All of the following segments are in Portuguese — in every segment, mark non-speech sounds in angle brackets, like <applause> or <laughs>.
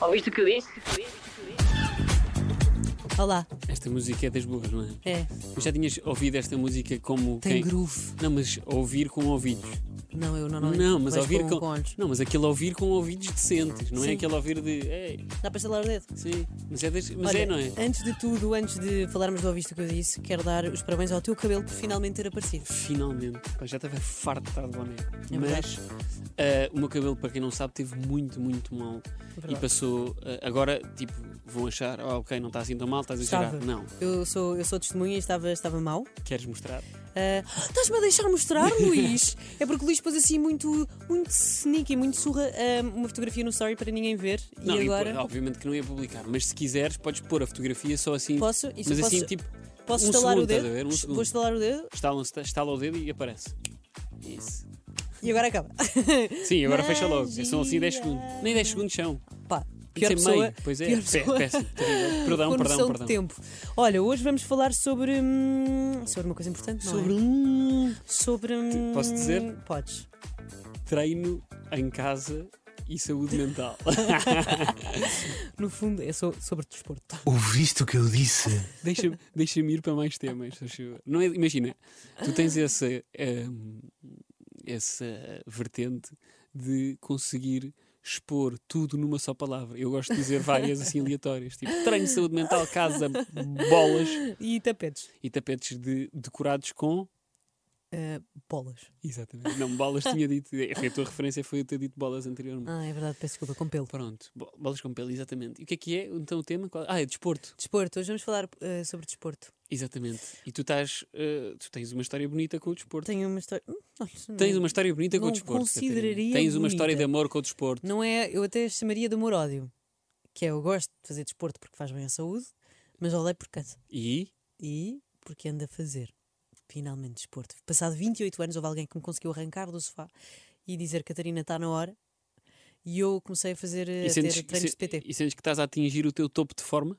Ouviste o que eu disse? Olá, Esta música é das boas, não é? é, Mas já tinhas ouvido esta música como. tem quem- groove. Não, mas ouvir com ouvidos. Não, eu normalmente não, mas vejo ouvir com, com. olhos. Não, mas aquele ouvir com ouvidos decentes, não Sim. é aquele ouvir de. Ei, Dá para estalar o dedo. sim. Mas é, das... mas Olha, é não é? Antes de tudo, antes de falarmos do ouviste o que eu disse, quero dar os parabéns ao teu cabelo por finalmente ter aparecido. Finalmente. Pá, já estava farto de estar de boné. É mas verdade. ah, o meu cabelo, para quem não sabe, teve muito, muito mal. E Verdade. passou. ah, agora, tipo, vão achar, ah, ok, não está assim tão mal, estás a Estava. chorar. Não. Eu sou, eu sou testemunha e estava, estava mal. Queres mostrar? Ah, Estás-me a deixar <laughs> mostrar, Luís? é porque o Luís pôs assim muito, muito sneaky, muito surra ah, uma fotografia no story para ninguém ver. não, e e, pô, agora obviamente que não ia publicar, mas se quiseres, podes pôr a fotografia só assim. posso, isso mas posso, assim, tipo, posso um estalar segundo, o estás a dedo? ver? Um Vou segundo. estalar o dedo estala, estala o dedo e aparece. Isso. e agora acaba. <laughs> Sim, agora fecha logo. São assim 10 Magia. segundos. Nem 10 segundos são. Pá, Tem pior que ser pessoa, meio. Pois é, pior Pé- pessoa. <laughs> péssimo, terrível. Perdão, com perdão, noção perdão. de tempo. Olha, hoje vamos falar sobre. hum, sobre uma coisa importante, não Sobre é? um Sobre. hum, Posso dizer? Podes. treino em casa e saúde mental. <laughs> No fundo, é so- sobre <laughs> desporto. Ouviste o que eu disse? Deixa-me deixa-me ir para mais temas. se faz favor. Não é- imagina, tu tens essa, hum, essa vertente de conseguir expor tudo numa só palavra. Eu gosto de dizer várias assim aleatórias, tipo treino, de saúde mental, casa, bolas E tapetes. e tapetes de, decorados com Ah, bolas. Exatamente. Não, <laughs> bolas tinha dito. A tua referência foi eu ter dito bolas anteriormente. Ah, é verdade, peço desculpa, com pelo. Pronto, bo- bolas com pelo, exatamente. E o que é que é então o tema? Qual- Ah, é desporto. Desporto, hoje vamos falar ah, sobre desporto. Exatamente. E tu estás. eh, tu tens uma história bonita com o desporto. Tenho uma história. Hum, não, isso não- Tens uma história bonita com Não o desporto. Catarina. consideraria Tens uma história de bonita. amor com o desporto. Não é. Eu até chamaria de amor-ódio. Que é eu gosto de fazer desporto porque faz bem à saúde, mas olhei por cansa. E. e porque anda a fazer finalmente desporto. Passado 28 anos, houve alguém que me conseguiu arrancar do sofá e dizer Catarina está na hora. E eu comecei a fazer eh, e a sentes, ter e treinos de sen- PT. e sentes que estás a atingir o teu topo de forma?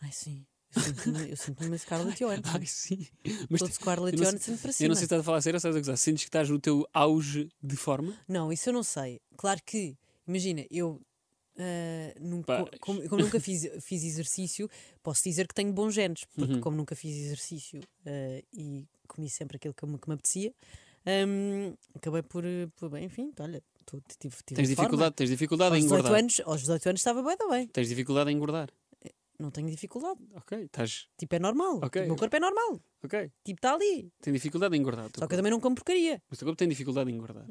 Ai sim, eu sinto-me eu sinto-me uma <laughs> Scarlett Johansson. Ai, sim. Mas Todo te- Scarlett eu não sei- Johansson para cima. eu não sei se estás a falar sério ou se estás a gozar. Sentes que estás no teu auge de forma? Não, isso eu não sei. Claro que, imagina, eu ah, nunca, Pais. como, como nunca fiz, <laughs> fiz exercício, posso dizer que tenho bons genes, Uhum. porque como nunca fiz exercício ah, e comi sempre aquilo que me, que me apetecia, ahm, acabei por, eh, por bem, enfim, olha, tô, tive, tive Tens em forma. dificuldade, tens dificuldade Aos em 18, engordar. anos, aos 18 anos estava bem, está bem. Tens dificuldade em engordar. Não tenho dificuldade. Ok, estás. Tipo, é normal. Ok. Tipo, o meu corpo é normal. Ok. Tipo, está ali. Tem dificuldade em engordar. Só que eu também não como porcaria. Mas o corpo tem dificuldade em engordar.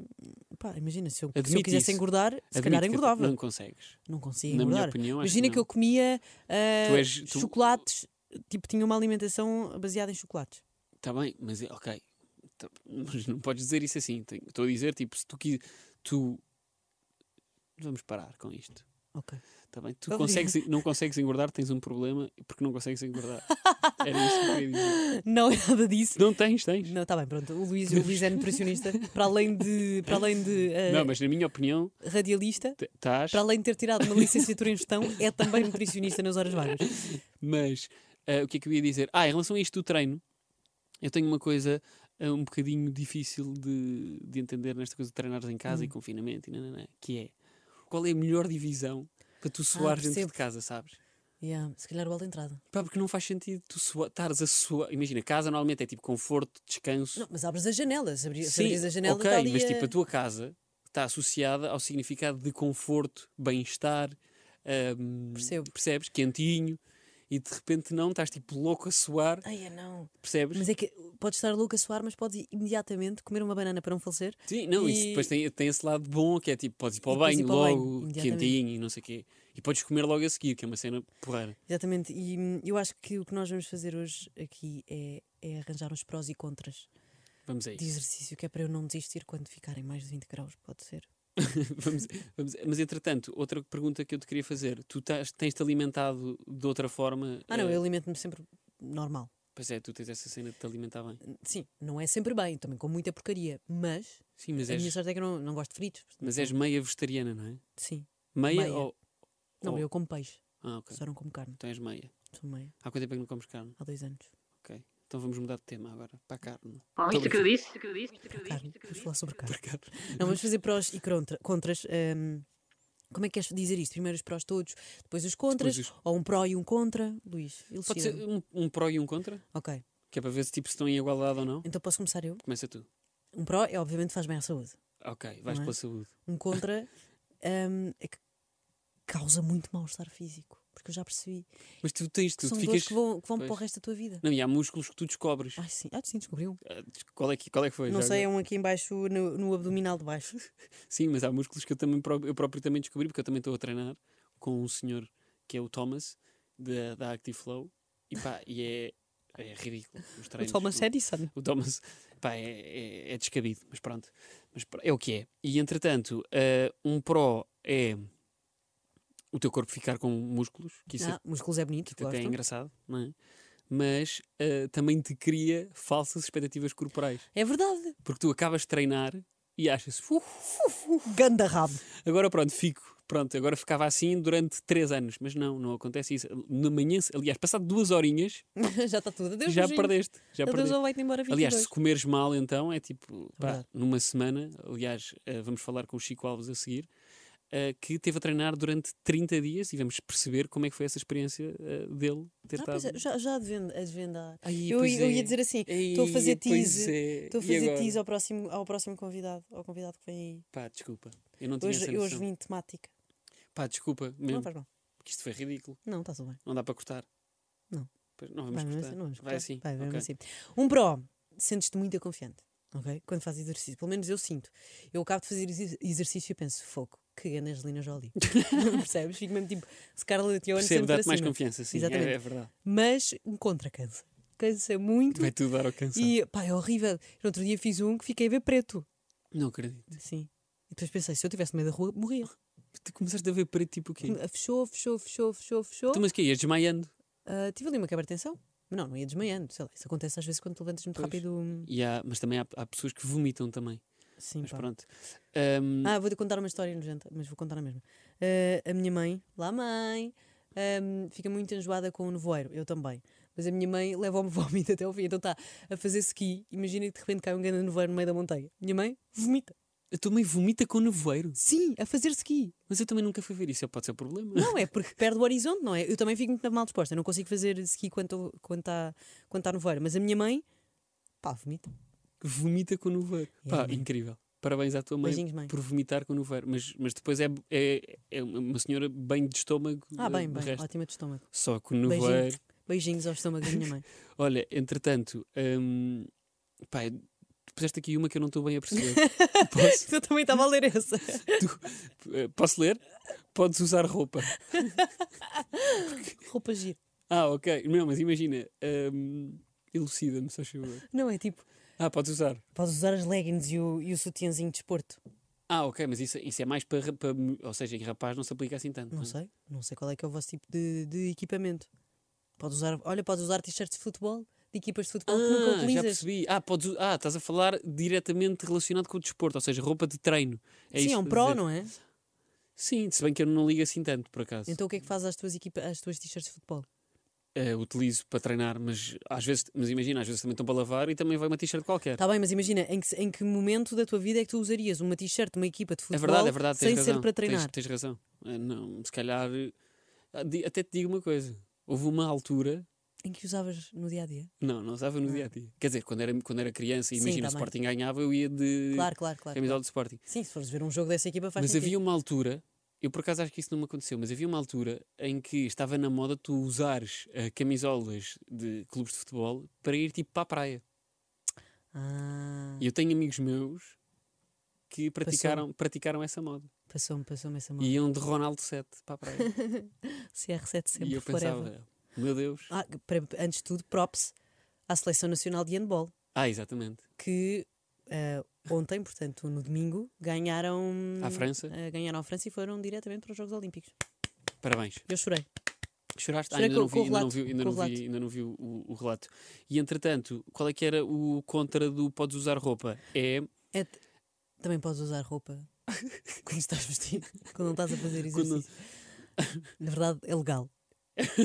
Pá, imagina, se eu, se eu Admite quisesse isso. engordar, se Admite calhar que engordava. Não consegues. Não consigo Na minha engordar. opinião, acho Imagina que que eu comia ah, Tu és- tu- chocolates, tipo, tinha uma alimentação baseada em chocolates. Está bem, mas é- ok. Tá- Mas não podes dizer isso assim. Tem- Estou a dizer, tipo, se tu quis. Tu. Vamos parar com isto. Ok. <laughs> Está bem? Tu Obrigada. consegues, não consegues engordar, tens um problema porque não consegues engordar. Era isso que eu queria dizer. <laughs> Não é nada disso. Não tens, tens. Não, está bem, pronto. O Luís, o Luís é nutricionista, para além de, para além de ah, Não, mas na minha opinião, radialista, te- estás. para além de ter tirado uma licenciatura em gestão, é também nutricionista nas horas vagas. Mas ah, o que é que eu ia dizer? Ah, em relação a isto do treino, eu tenho uma coisa ah, um bocadinho difícil de, de entender nesta coisa de treinares em casa e Hum. confinamento, e nananã, que é qual é a melhor divisão para tu suares dentro Ah, percebo. de casa, sabes? Yeah, se calhar o de entrada. Pá, porque não faz sentido tu sua- estares a suar. Imagina, casa normalmente é tipo conforto, descanso. Não, mas abres a janela, se abri- se Sim, abres a janela ok, tá ali mas a- tipo a tua casa está associada ao significado de conforto, bem-estar, ahm, Percebo. percebes? Quentinho. E de repente não, estás tipo louco a suar, Ai, eu não. percebes? Mas é que podes estar louco a suar, mas podes imediatamente comer uma banana para não falecer. Sim, não, isso E- depois tem, tem esse lado bom que é tipo, podes ir para o E depois banho ir para o banho, logo, imediatamente. quentinho e não sei o quê. E podes comer logo a seguir, que é uma cena porreira. Exatamente, e hum, eu acho que o que nós vamos fazer hoje aqui é, é arranjar uns prós e contras Vamos aí. de exercício, que é para eu não desistir quando ficarem mais de 20 graus, pode ser. vamos, vamos- Mas entretanto, outra pergunta que eu te queria fazer: tu tás- tens-te alimentado de outra forma? Ah, não, eh, eu alimento-me sempre normal. Pois é, tu tens essa cena de te alimentar bem. Sim, não é sempre bem, também com muita porcaria, mas Sim, mas a minha és, sorte é que eu não, não gosto de fritos. portanto, mas és meia vegetariana, não é? Sim, Meia, Meia. ou. não, ou- eu como peixe, Ah, Oh. ok. só não como carne, Então és meia. sou meia, Há quanto tempo é que não comes carne? há dois anos. Ok. Então vamos mudar de tema agora, para a carne. <laughs> Ouviste o que eu disse? Carne, vamos falar sobre carne. Para a carne. Não, vamos fazer prós e contra- contras. hum, Como é que queres dizer isto? Primeiro os prós todos, depois os contras, Depois os- ou um pró e um contra? Luís, Pode elucida ser um, um pró e um contra? Ok, Que é para ver se tipo, se estão em igualdade ou não? então posso começar eu? Começa tu. Um pró é, obviamente, faz bem à saúde. Ok, vais Não é? pela saúde. Um <laughs> contra hum, é que causa muito mal-estar físico. Porque eu já percebi. Mas tu tens, tu São ficas. dores que vão, que vão para o Pois. resto da tua vida. Não, e há músculos que tu descobres. Ai, sim, ah, sim descobriu. Ah, des- Qual é que, qual é que foi? Não Já sei, é agora? um aqui embaixo no, no abdominal de baixo. Sim, mas há músculos que eu, também, pró- eu próprio também descobri, porque eu também estou a treinar com um senhor que é o Thomas, da, da Active Flow. E pá, e é, é ridículo. Os treinos. Toma Edison. O Thomas, pá, é, é- é descabido, mas pronto. Mas pr- é o que é. E entretanto, ah, um pró é o teu corpo ficar com músculos, que isso é Ah, músculos é bonito, que até é gosto. engraçado, não é? Mas ah, também te cria falsas expectativas corporais. É verdade. Porque tu acabas de treinar e achas, "Uf, Ganda rabo. agora pronto, fico. Pronto, agora ficava assim durante três anos. Mas não, não acontece isso. Na manhã, aliás, passado duas horinhas, <laughs> já está tudo. Adeus, já beijinhos. perdeste. Já Adeus, perdeste. ou vai-te embora 22. Aliás, se comeres mal, então é tipo, pá, Verdade. numa semana, aliás, eh, vamos falar com o Chico Alves a seguir, eh, que teve a treinar durante 30 dias e vamos perceber como é que foi essa experiência eh, dele ah, ter estado. pois é, já, já advendo- a desvendar. Ai, Eu, pois eu é. ia dizer assim, Ei, estou a fazer pois tease. é. estou a E fazer agora? tease ao próximo, ao próximo convidado, ao convidado que vem aí. Pá, desculpa. Eu não tinha essa Hoje, eu hoje noção. vim temática. Pá, desculpa Não mesmo. faz mal. Que isto foi ridículo. Não, está tudo bem. Não dá para cortar. Não. Pois, não vamos Vai, mesmo cortar. assim, não vamos Vai cortar. assim. Vai, vai mesmo ok. assim. Um pró, sentes-te muito confiante, ok? Quando fazes exercício. Pelo menos eu sinto. Eu acabo de fazer exer- exercício e penso, fogo, que grande Angelina <laughs> Jolie. <laughs> Percebes? Fico mesmo tipo, Scarlett Johansson Percebo, para dá-te mais cima. confiança, sim. Exatamente. É, é verdade. Mas um contra cansa. Cansa muito. Vai tudo dar ao cansaço. E pá, é horrível. No outro dia fiz um que fiquei a ver preto. Não acredito. Sim. E depois pensei, se eu tivesse no meio da rua, morria. Tu começaste a ver preto tipo o quê? Fechou, fechou, fechou, fechou, fechou. Tu, mas o quê? Ias desmaiando. Ah, tive ali uma quebra de tensão. Mas Não, não ia desmaiando. Sei lá, isso acontece às vezes quando te levantas muito Pois. rápido. hum, E há- mas também há, há pessoas que vomitam também. Sim, Mas pá. pronto. Ahm, Ah, vou-te contar uma história nojenta, mas vou contar a mesma. Ah, a minha mãe, lá mãe, ahm, fica muito enjoada com o nevoeiro, eu também. Mas a minha mãe leva-me <laughs> vómito até ao fim. Então está a fazer ski, imagina que de repente cai um grande nevoeiro no meio da montanha. Minha mãe vomita. A tua mãe vomita com nevoeiro. Sim, a fazer ski. Mas eu também nunca fui ver isso. Pode ser um problema. Não, é porque <laughs> perde o horizonte, não é? Eu também fico muito mal disposta, eu não consigo fazer ski quando está quando tá- quando tá nevoeiro. Mas a minha mãe, pá, vomita. Vomita com nevoeiro. É, Pá, mãe. incrível. Parabéns à tua mãe Beijinhos, mãe. por vomitar com nevoeiro. Mas, mas depois é, é, é uma senhora bem de estômago. eh, Ah, bem, de bem, resto. ótima de estômago. Só com nevoeiro. Beijinhos ao estômago da minha mãe. Olha, entretanto, hum, pá, tu puseste aqui uma que eu não estou bem a <laughs> perceber. <laughs> posso, eu também estava a ler essa. eh, posso ler? Podes usar roupa. <laughs> Roupa gira. Ah, ok. Não, mas imagina. hum, Elucida-me, só favor. Não, é tipo, Ah, podes usar. Podes usar as leggings e o, e o sutiãzinho de desporto. Ah, ok, mas isso, isso é mais para, ra- para. Ou seja, em rapaz não se aplica assim tanto. Não é? sei, não sei qual é que é o vosso tipo de, de equipamento. Podes usar, olha, podes usar t-shirts de futebol, de equipas de futebol que nunca Ah, já utilizas. percebi. Ah, podes, u- ah, estás a falar diretamente relacionado com o desporto, ou seja, roupa de treino. Sim, é isso um que pró, dizer. não é? Sim, se bem que eu não ligo assim tanto, por acaso. Então o que é que fazes às tuas, equipa, às tuas t-shirts de futebol? Eh, utilizo para treinar, mas às vezes, mas imagina, às vezes também estão para lavar e também vai uma t-shirt qualquer. Está Tá bem, mas imagina, em que, em que momento da tua vida é que tu usarias uma t-shirt de uma equipa de é futebol verdade, é verdade, tens sem razão. ser para tens- treinar? Tens, razão. Eh, não, se calhar. eh, ah, di- Até te digo uma coisa. Houve uma altura. Em que usavas no dia a dia? Não, não usava no Ah. dia a dia. Quer dizer, quando era, quando era criança, e Sim, imagina, o tá bem. Sporting ganhava, eu ia de Claro, claro, claro. camisola do Sporting. Sim, se fores ver um jogo dessa equipa faz mas sentido. havia um- uma altura, eu por acaso acho que isso não me aconteceu, mas havia uma altura em que estava na moda tu usares eh, camisolas de clubes de futebol para ir tipo para a praia. Ah, E eu tenho amigos meus que praticaram, praticaram essa moda. passou-me, passou-me essa mão. E iam de Ronaldo 7 para a praia. CR7 <laughs> sempre, e eu forever. pensava, meu Deus. Ah, para- antes de tudo, props à Seleção Nacional de Handball, Ah, exatamente. que eh, ontem, portanto, no domingo, ganharam À França, eh, ganharam a França e foram diretamente para os Jogos Olímpicos. parabéns. Eu chorei. Choraste? Ah, Chorei ainda, com- com não vi, o ainda não relato, vi, com ainda não o vi, relato. ainda não vi o, o- o relato. E entretanto, qual é que era o contra do podes usar roupa? É É t- Também podes usar roupa <laughs> quando estás vestido, quando não estás a fazer Quando- exercício. Na verdade, é legal.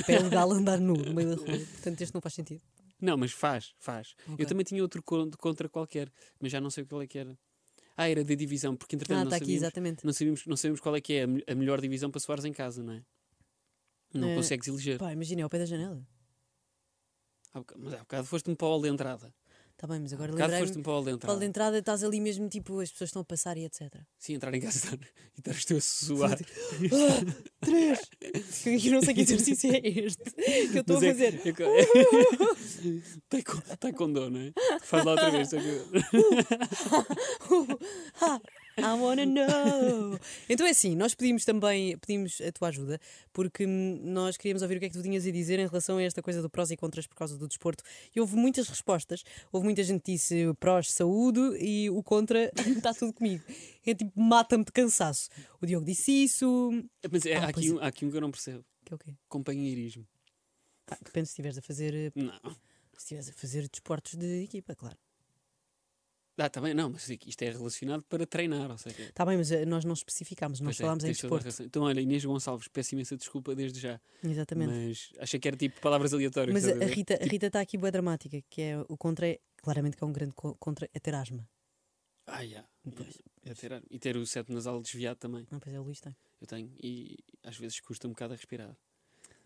É legal andar nu no meio da rua. Portanto, este não faz sentido. Não, mas faz, faz. Ok. Eu também tinha outro con- contra qualquer, mas já não sei qual é que era. Ah, era de divisão, porque entretanto ah, não, está aqui, sabíamos, exatamente. não, sabíamos, não sabemos qual é que é a me- a melhor divisão para soares em casa, não é? Não Eh, consegues eleger. Pá, imagina, é ao pé da janela. Há boca- mas há bocado um foste-me para o hall de entrada. Está Tá bem, mas Há agora bocado um lembrei-me. foste-me para o hall de Fala entrada. de entrada, estás ali mesmo, tipo, as pessoas estão a passar e etc. Sim, entrar em casa <laughs> e estar- e estás tu a suar. Ah, três! Eu não sei que exercício é este que eu estou a Mas é- fazer. <laughs> Uh! é co- <laughs> Tá com, tá com dor, não é? Faz lá outra vez. só que- Ah, I wanna know. Então é assim, nós pedimos também pedimos a tua ajuda, porque hum, nós queríamos ouvir o que é que tu tinhas a dizer em relação a esta coisa do prós e contras por causa do desporto. E houve muitas respostas. Houve muita gente que disse prós, saúde e o contra <laughs> está tudo comigo. É tipo, mata-me de cansaço. O Diogo disse isso. <laughs> Mas é, Ah, há, pois aqui um, há aqui um que eu não percebo. Que é o quê? Companheirismo. Pá, depende se estiveres a fazer. eh, Não. Se estiveres a fazer desportos de equipa, claro. Ah, tá bem, não, mas isto é relacionado para treinar, ou seja... Está bem, mas eh, nós não especificámos, nós pois é, falámos em tens toda a desporto. razão. Então, olha, Inês Gonçalves, peço imensa desculpa desde já. Exatamente. Mas achei que era tipo palavras aleatórias. Mas a, estás a a ver? Rita está aqui boa dramática, que é o contra é, claramente que é um grande co- contra é ter asma. Ah, já. Pois. É ter ar- E ter o septo nasal desviado também. Não, pois é, o Luís tem. Eu tenho. E às vezes custa um bocado a respirar.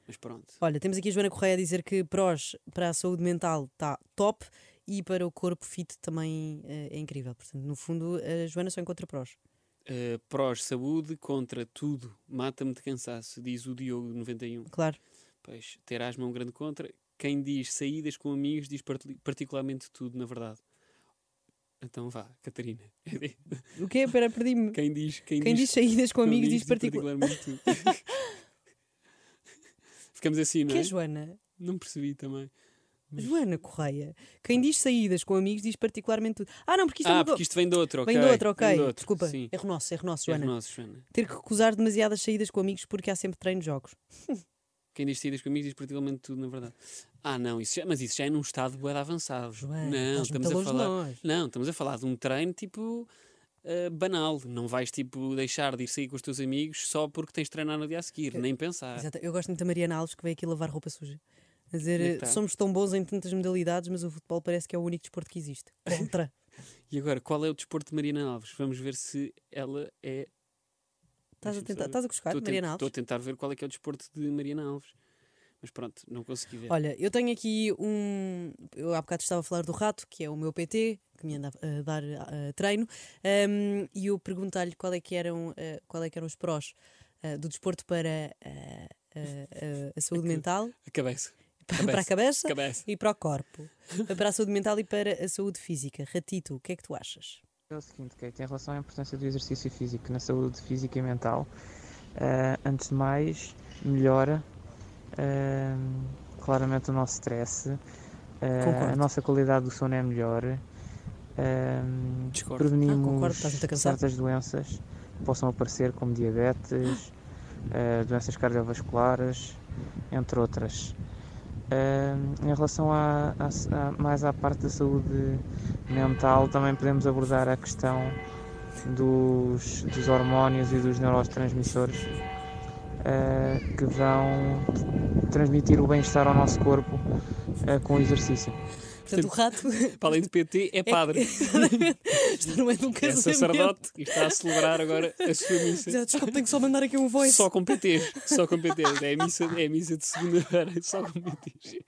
Mas pronto. Olha, temos aqui a Joana Correia a dizer que prós para a saúde mental está top e para o corpo fit também eh, é incrível. Portanto, no fundo, a Joana só encontra prós. Uh, prós, saúde, contra tudo. Mata-me de cansaço, diz o Diogo 91. Claro. Pois, ter asma é um grande contra. Quem diz saídas com amigos diz parti- particularmente tudo, na verdade. Então vá, Catarina. O quê? Pera, perdi-me. Quem diz, quem Quem diz diz saídas com amigos diz particular. particularmente tudo. <laughs> Ficamos assim, não Que é? é Joana? Não percebi também. Mas- Joana Correia. Quem diz saídas com amigos diz particularmente tudo. Ah, não, porque isto é ah, uma co- porque isto vem de outro, ok. Vem do outro, ok. Vem de outro, Desculpa, Sim. erro nosso, erro nosso, É Joana. nosso, Joana. Ter que recusar demasiadas saídas com amigos porque há sempre treino de jogos. Quem diz saídas com amigos diz particularmente tudo, na verdade. Ah, não, isso já- mas isso já é num estado bué de avançado. Joana, não, estás muito estamos a longe de falar. nós. Não, estamos a falar de um treino tipo eh, banal. Não vais tipo deixar de ir sair com os teus amigos só porque tens de treinar no dia a seguir, nem pensar. Exato. Eu gosto muito da Mariana Alves que veio aqui lavar roupa suja. A dizer, Onde é eh, que tá? somos tão bons em tantas modalidades, mas o futebol parece que é o único desporto que <laughs> existe. Contra. E agora, qual é o desporto de Mariana Alves? Vamos ver se ela é. Estás a Deixa-me tentar, saber. estás a buscar, Estou a ten- Mariana Estou a Alves? tentar ver qual é que é o desporto de Mariana Alves. Mas pronto, não consegui ver. Olha, eu tenho aqui um. Eu há bocado estava a falar do rato, que é o meu PT, que me anda a dar ah, treino, ahm, e eu perguntei-lhe qual, é que eram, ah, qual é que eram os prós ah, do desporto para ah, ah, ah, <laughs> a saúde mental, <laughs> A cabeça. para a cabeça Cabeça. e para o corpo, para a saúde mental e para a saúde física. Ratito, o que é que tu achas? É o seguinte, Kate, em relação à importância do exercício físico na saúde física e mental, eh, antes de mais, melhora eh, claramente o nosso stress, eh, a Concordo. nossa qualidade do sono é melhor, eh, Discordo. prevenimos Ah, concordo, estás muito cansado. certas doenças que possam aparecer, como diabetes, Ah. eh, doenças cardiovasculares, entre outras. Eh, em relação à, à- à- mais à parte da saúde mental, também podemos abordar a questão dos, dos hormónios e dos neurotransmissores eh, que vão transmitir o bem-estar ao nosso corpo eh, com o exercício. Portanto, o rato <laughs> Para além de PT, é padre. está no meio de um É casamento. sacerdote e <laughs> está a celebrar agora a sua missa. Já, desculpa, tenho que só mandar <laughs> aqui um voice. Só com PTs, só com PTs. É a missa, é a missa de segunda-feira, só com PTs.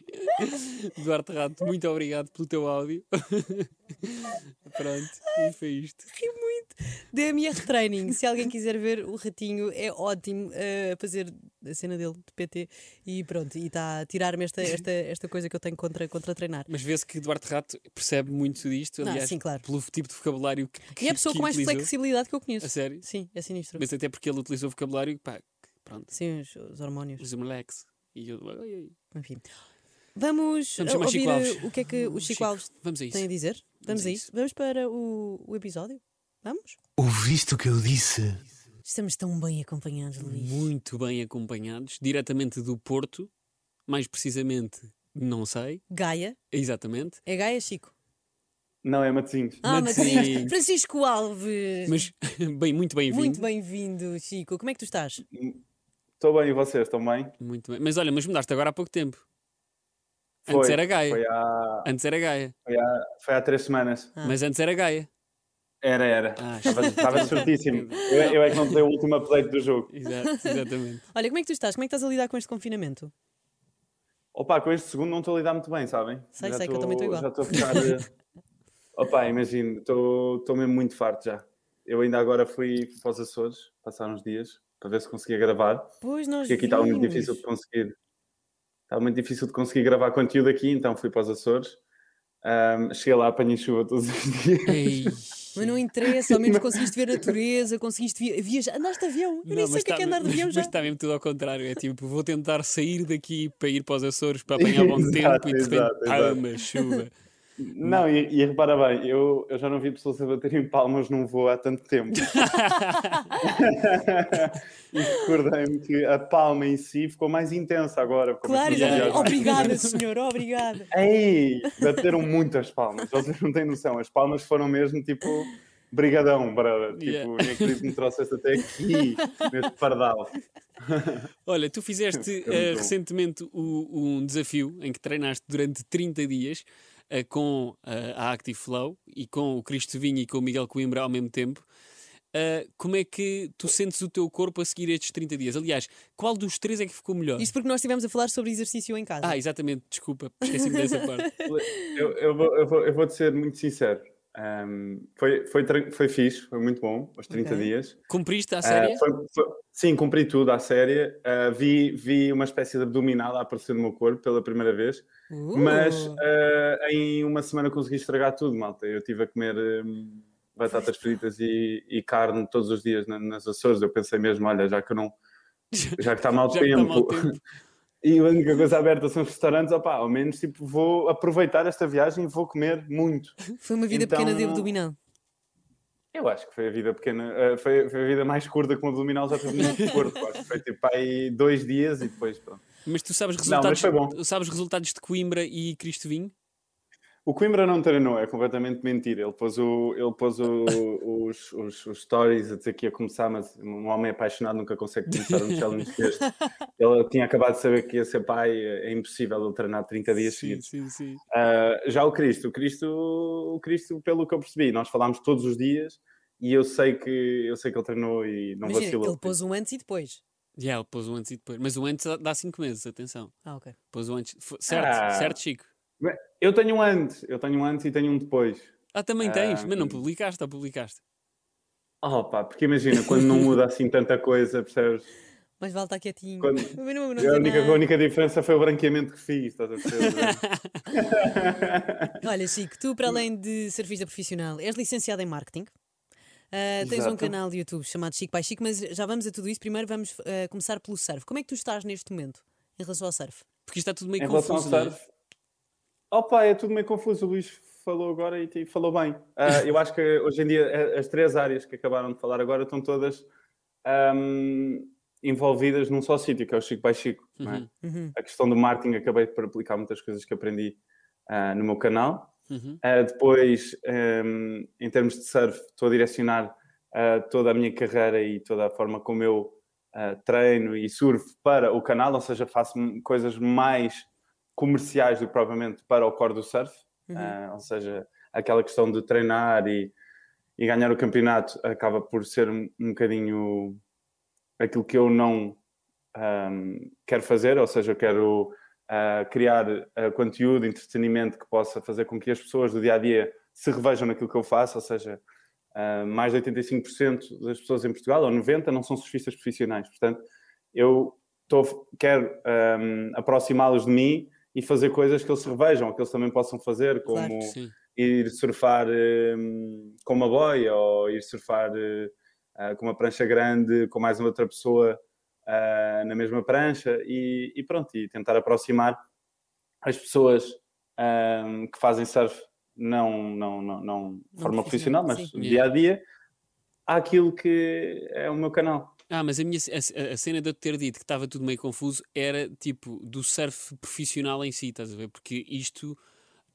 <laughs> Duarte Rato, muito obrigado pelo teu áudio. <laughs> Pronto, e foi isto. Ri muito. DMR Training. Se alguém quiser ver o ratinho, é ótimo eh, a fazer a cena dele de PT. E pronto, e está a tirar-me esta, esta, esta coisa que eu tenho contra, contra treinar. é Mas vê-se que Duarte Rato percebe muito disto, Não, aliás, sim, claro. pelo tipo de vocabulário que, que E é a pessoa que com mais utilizou. flexibilidade que eu A conheço. sério? Sim, é sinistro. Mas até porque ele utilizou vocabulário, pá, que- pronto, Sim, os, os hormónios. os moleques. E eu, ai, ai, ai. Enfim. Vamos, Vamos eh, chamar ouvir Chico Alves. eh, o que é que o Chico Chico. Alves vamos a isso. tem a dizer. Vamos Vamos a a isso. Vamos para o, o episódio. Vamos? Ouviste o que eu disse? Estamos tão bem acompanhados, Luís. Muito bem acompanhados, diretamente do Porto, mais precisamente, não sei, Gaia. exatamente. É Gaia, Chico? Não, é Matosinhos. Ah, Matosinhos. Matosinhos. Francisco Alves. Mas <laughs> bem, muito bem-vindo. Muito bem-vindo, Chico. Como é que tu estás? Estou bem, e vocês estão bem? Muito bem. Mas olha, mas mudaste agora há pouco tempo. Antes era Gaia. Foi há, Antes era Gaia. foi há três semanas. Ah. Mas antes era Gaia. Era, era. Ah, <laughs> Estava- Estava <laughs> certíssimo. Eu, eu é que não dei o último update do jogo. Exato, exatamente. Olha, como é que tu estás? Como é que estás a lidar com este confinamento? Opa, com este segundo não estou a lidar muito bem, sabem? Sei, sei, que eu também estou igual. Já estou a ficar. eh, Opa, imagino, estou estou mesmo muito farto já. Eu ainda agora fui para os Açores, passar uns dias, para ver se conseguia gravar, Pois nós porque aqui tá um estava muito vimos. difícil de conseguir. Estava muito difícil de conseguir gravar conteúdo aqui, então fui para os Açores. Ahm, cheguei lá, apanhei chuva todos os dias. Ei. Mas não interessa, ao menos conseguiste ver a natureza, conseguiste via- viajar. Andaste de avião, eu nem Não, sei mas o que é tá- que é andar de <laughs> mas- avião mas já. está mesmo tudo ao contrário. É tipo, vou tentar sair daqui para ir para os <laughs> Açores para apanhar bom Exato, tempo e de repente, exato, exato. uma chuva. Não, e, e repara bem, eu, eu já não vi pessoas a baterem palmas num voo há tanto <laughs> tempo. e recordei-me que a palma em si ficou mais intensa agora. porque Claro, começou a exatamente. viajar. obrigada, senhor, obrigada. Ei, bateram muitas palmas, vocês não têm noção. As palmas foram mesmo tipo, brigadão, brother. Tipo, Yeah. nem acredito que me trouxeste até aqui, neste pardal. Olha, tu <laughs> fizeste É muito eh, bom. recentemente o- um desafio em que treinaste durante 30 dias eh, com eh, a Active Flow e com o Cristo Vinho e com o Miguel Coimbra ao mesmo tempo. Eh, como é que tu sentes o teu corpo a seguir estes 30 dias? Aliás, qual dos três é que ficou melhor? Isto porque nós estivemos a falar sobre exercício em casa. Ah, exatamente, desculpa, esqueci-me dessa <laughs> parte. Eu, eu, vou, eu, vou, eu vou te ser muito sincero. Ahm, foi, foi, tran- foi fixe, foi muito bom, os 30 Ok. dias. Cumpriste É, a Ah, série? foi- foi- sim, cumpri tudo à série. Ah, vi, vi uma espécie de abdominal a aparecer no meu corpo pela primeira vez, Uh, mas ah, em uma semana consegui estragar tudo, malta. Eu estive a comer hum, batatas fritas e, e carne todos os dias na- nas Açores. Eu pensei mesmo, olha, já que eu não. <laughs> Já que está mal Já que está tempo, mau tempo. <laughs> e a única coisa aberta são os restaurantes, opá, ao menos tipo, vou aproveitar esta viagem e vou comer muito. Foi uma vida pequena de então- abdominal. Eu acho que foi a vida pequena, eh, foi, foi a vida mais curta que um abdominal já teve no <laughs> meu corpo. Acho que foi tipo aí dois dias e depois pronto. Mas tu sabes Não, mas resultados, foi bom. sabes resultados de Coimbra e Cristo Vinho? O Coimbra não treinou, é completamente mentira. Ele pôs, o, ele pôs o- <laughs> os, os- os stories a dizer que ia começar, mas um homem apaixonado nunca consegue começar um challenge deste. Ele tinha acabado de saber que ia ser pai, é impossível ele treinar 30 dias sim, seguidos. sim, sim. Uh, já o Cristo, o Cristo, o Cristo, pelo que eu percebi, nós falámos todos os dias e eu sei que eu sei que ele treinou e não Imagina, vacilou. ele pôs um antes e depois. Já, ele pôs o antes e depois. Mas o antes dá- dá 5 meses, atenção. Ah, ok. Pôs o antes. Fo- Certo, Ah. certo, Chico. Eu tenho um antes, eu tenho um antes e tenho um depois. Ah, também tens, mas não Ah. publicaste, ou publicaste? Oh pá, porque imagina, quando não muda assim tanta coisa, <laughs> percebes? Mas vale estar quietinho. Quando- Eu não- não a, dizer única, nada. a única diferença foi o branqueamento que fiz, estás a <laughs> perceber? Olha, Chico, tu, Hum. para além de surfista profissional, és licenciado em marketing. Ah, tens um Exato. canal de YouTube chamado Chico by Chico, mas já vamos a tudo isso. Primeiro vamos ah, começar pelo surf. Como é que tu estás neste momento em relação ao surf? Porque isto está tudo em meio relação ao confuso. não é? surf. Oh pá, é tudo meio confuso. O Luís falou agora e te- falou bem. Ah, eu acho que hoje em dia a- as três áreas que acabaram de falar agora estão todas ahm, envolvidas num só sítio, que é o Chico by Chico. não é? Uhum. Uhum. A questão do marketing acabei por aplicar muitas coisas que aprendi ah, no meu canal. Uhum. Uh, depois, um, em termos de surf, estou a direcionar uh, toda a minha carreira e toda a forma como eu uh, treino e surfo para o canal, ou seja, faço m- coisas mais comerciais do que propriamente para o core do surf, Uhum. Uh, ou seja, aquela questão de treinar e, e ganhar o campeonato acaba por ser um, um bocadinho aquilo que eu não um, quero fazer, ou seja, eu quero uh, criar uh, conteúdo, entretenimento que possa fazer com que as pessoas do dia a dia se revejam naquilo que eu faço, ou seja, uh, mais de 85% das pessoas em Portugal, ou 90%, não são surfistas profissionais. Portanto, eu tô, quero um, aproximá-los de mim e fazer coisas que eles se revejam, ou que eles também possam fazer, como Claro, Sim. ir surfar hum, com uma boia ou ir surfar eh, ah, com uma prancha grande com mais uma outra pessoa ah, na mesma prancha e, e pronto, e tentar aproximar as pessoas ahm, que fazem surf não, não, não, não de forma profissional, profissional, mas sim. dia a dia àquilo que é o meu canal. Ah, mas a, minha, c- a c- a, cena de eu te ter dito que estava tudo meio confuso era tipo do surf profissional em si, estás a ver? Porque isto,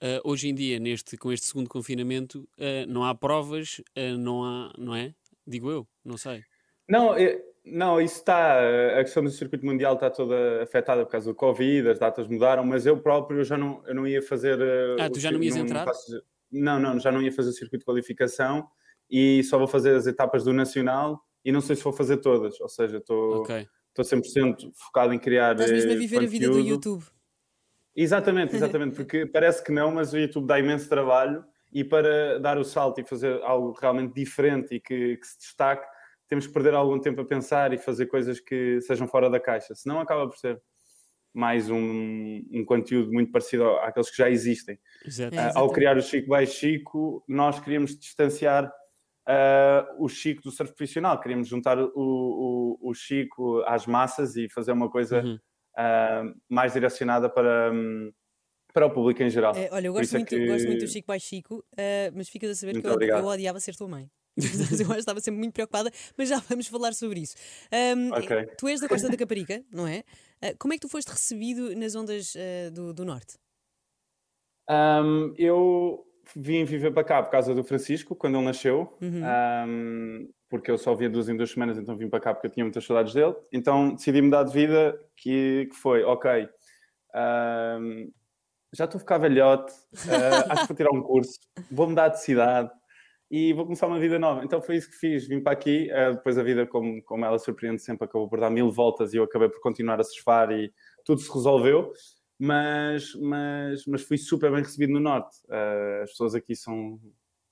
ah, hoje em dia, neste, com este segundo confinamento, ah, não há provas, ah, não há, não é? Digo eu, não sei. Não, eh, não, isso está. A questão do circuito mundial está toda afetada por causa do Covid, as datas mudaram, mas eu próprio já não, eu não ia fazer. eh, Ah, o tu já cir- não ias entrar? faço- Não, não, já não ia fazer o circuito de qualificação e só vou fazer as etapas do Nacional e não sei se vou fazer todas. Ou seja, estou Ok. estou 100% focado em criar. Estás mesmo a eh, viver a vida do conteúdo. YouTube. <laughs> Exatamente, exatamente, porque parece que não, mas o YouTube dá imenso trabalho e para dar o salto e fazer algo realmente diferente e que, que se destaque, temos que perder algum tempo a pensar e fazer coisas que sejam fora da caixa, senão acaba por ser mais um, um conteúdo muito parecido ao- àqueles que já existem. Exato. É. Ah, ao exatamente. criar o Chico by Chico, nós queríamos distanciar ah, o Chico do surf profissional, queríamos juntar o, o- o Chico às massas e fazer uma coisa Uhum. ah, mais direcionada para, hum, para o público em geral. Eh, olha, eu Por gosto isso é muito, gosto muito do que- Chico by Chico, eh, mas ficas a saber Muito que eu, od- eu obrigado. odiava ser tua mãe. <laughs> Mas eu estava sempre muito preocupada, mas já vamos falar sobre isso. Ahm, eh, Ok. Tu és da Costa da Caparica, não é? Eh, como é que tu foste recebido nas ondas eh, do, do Norte? Ahm, Ah, eu vim viver para cá por causa do Francisco, quando ele nasceu, Uhum. ahm, porque eu só via duas em duas semanas, então vim para cá porque eu tinha muitas saudades dele. Então decidi mudar de vida, que, que foi, ok, ahm, já estou a ficar velhote, ah, acho que vou tirar um curso, vou mudar de cidade e vou começar uma vida nova. Então foi isso que fiz, vim para aqui, ah, depois a vida, como, como ela surpreende sempre, acabou por dar mil voltas e eu acabei por continuar a surfar e tudo se resolveu mas, mas, mas fui super bem recebido no Norte. Ah, as pessoas aqui são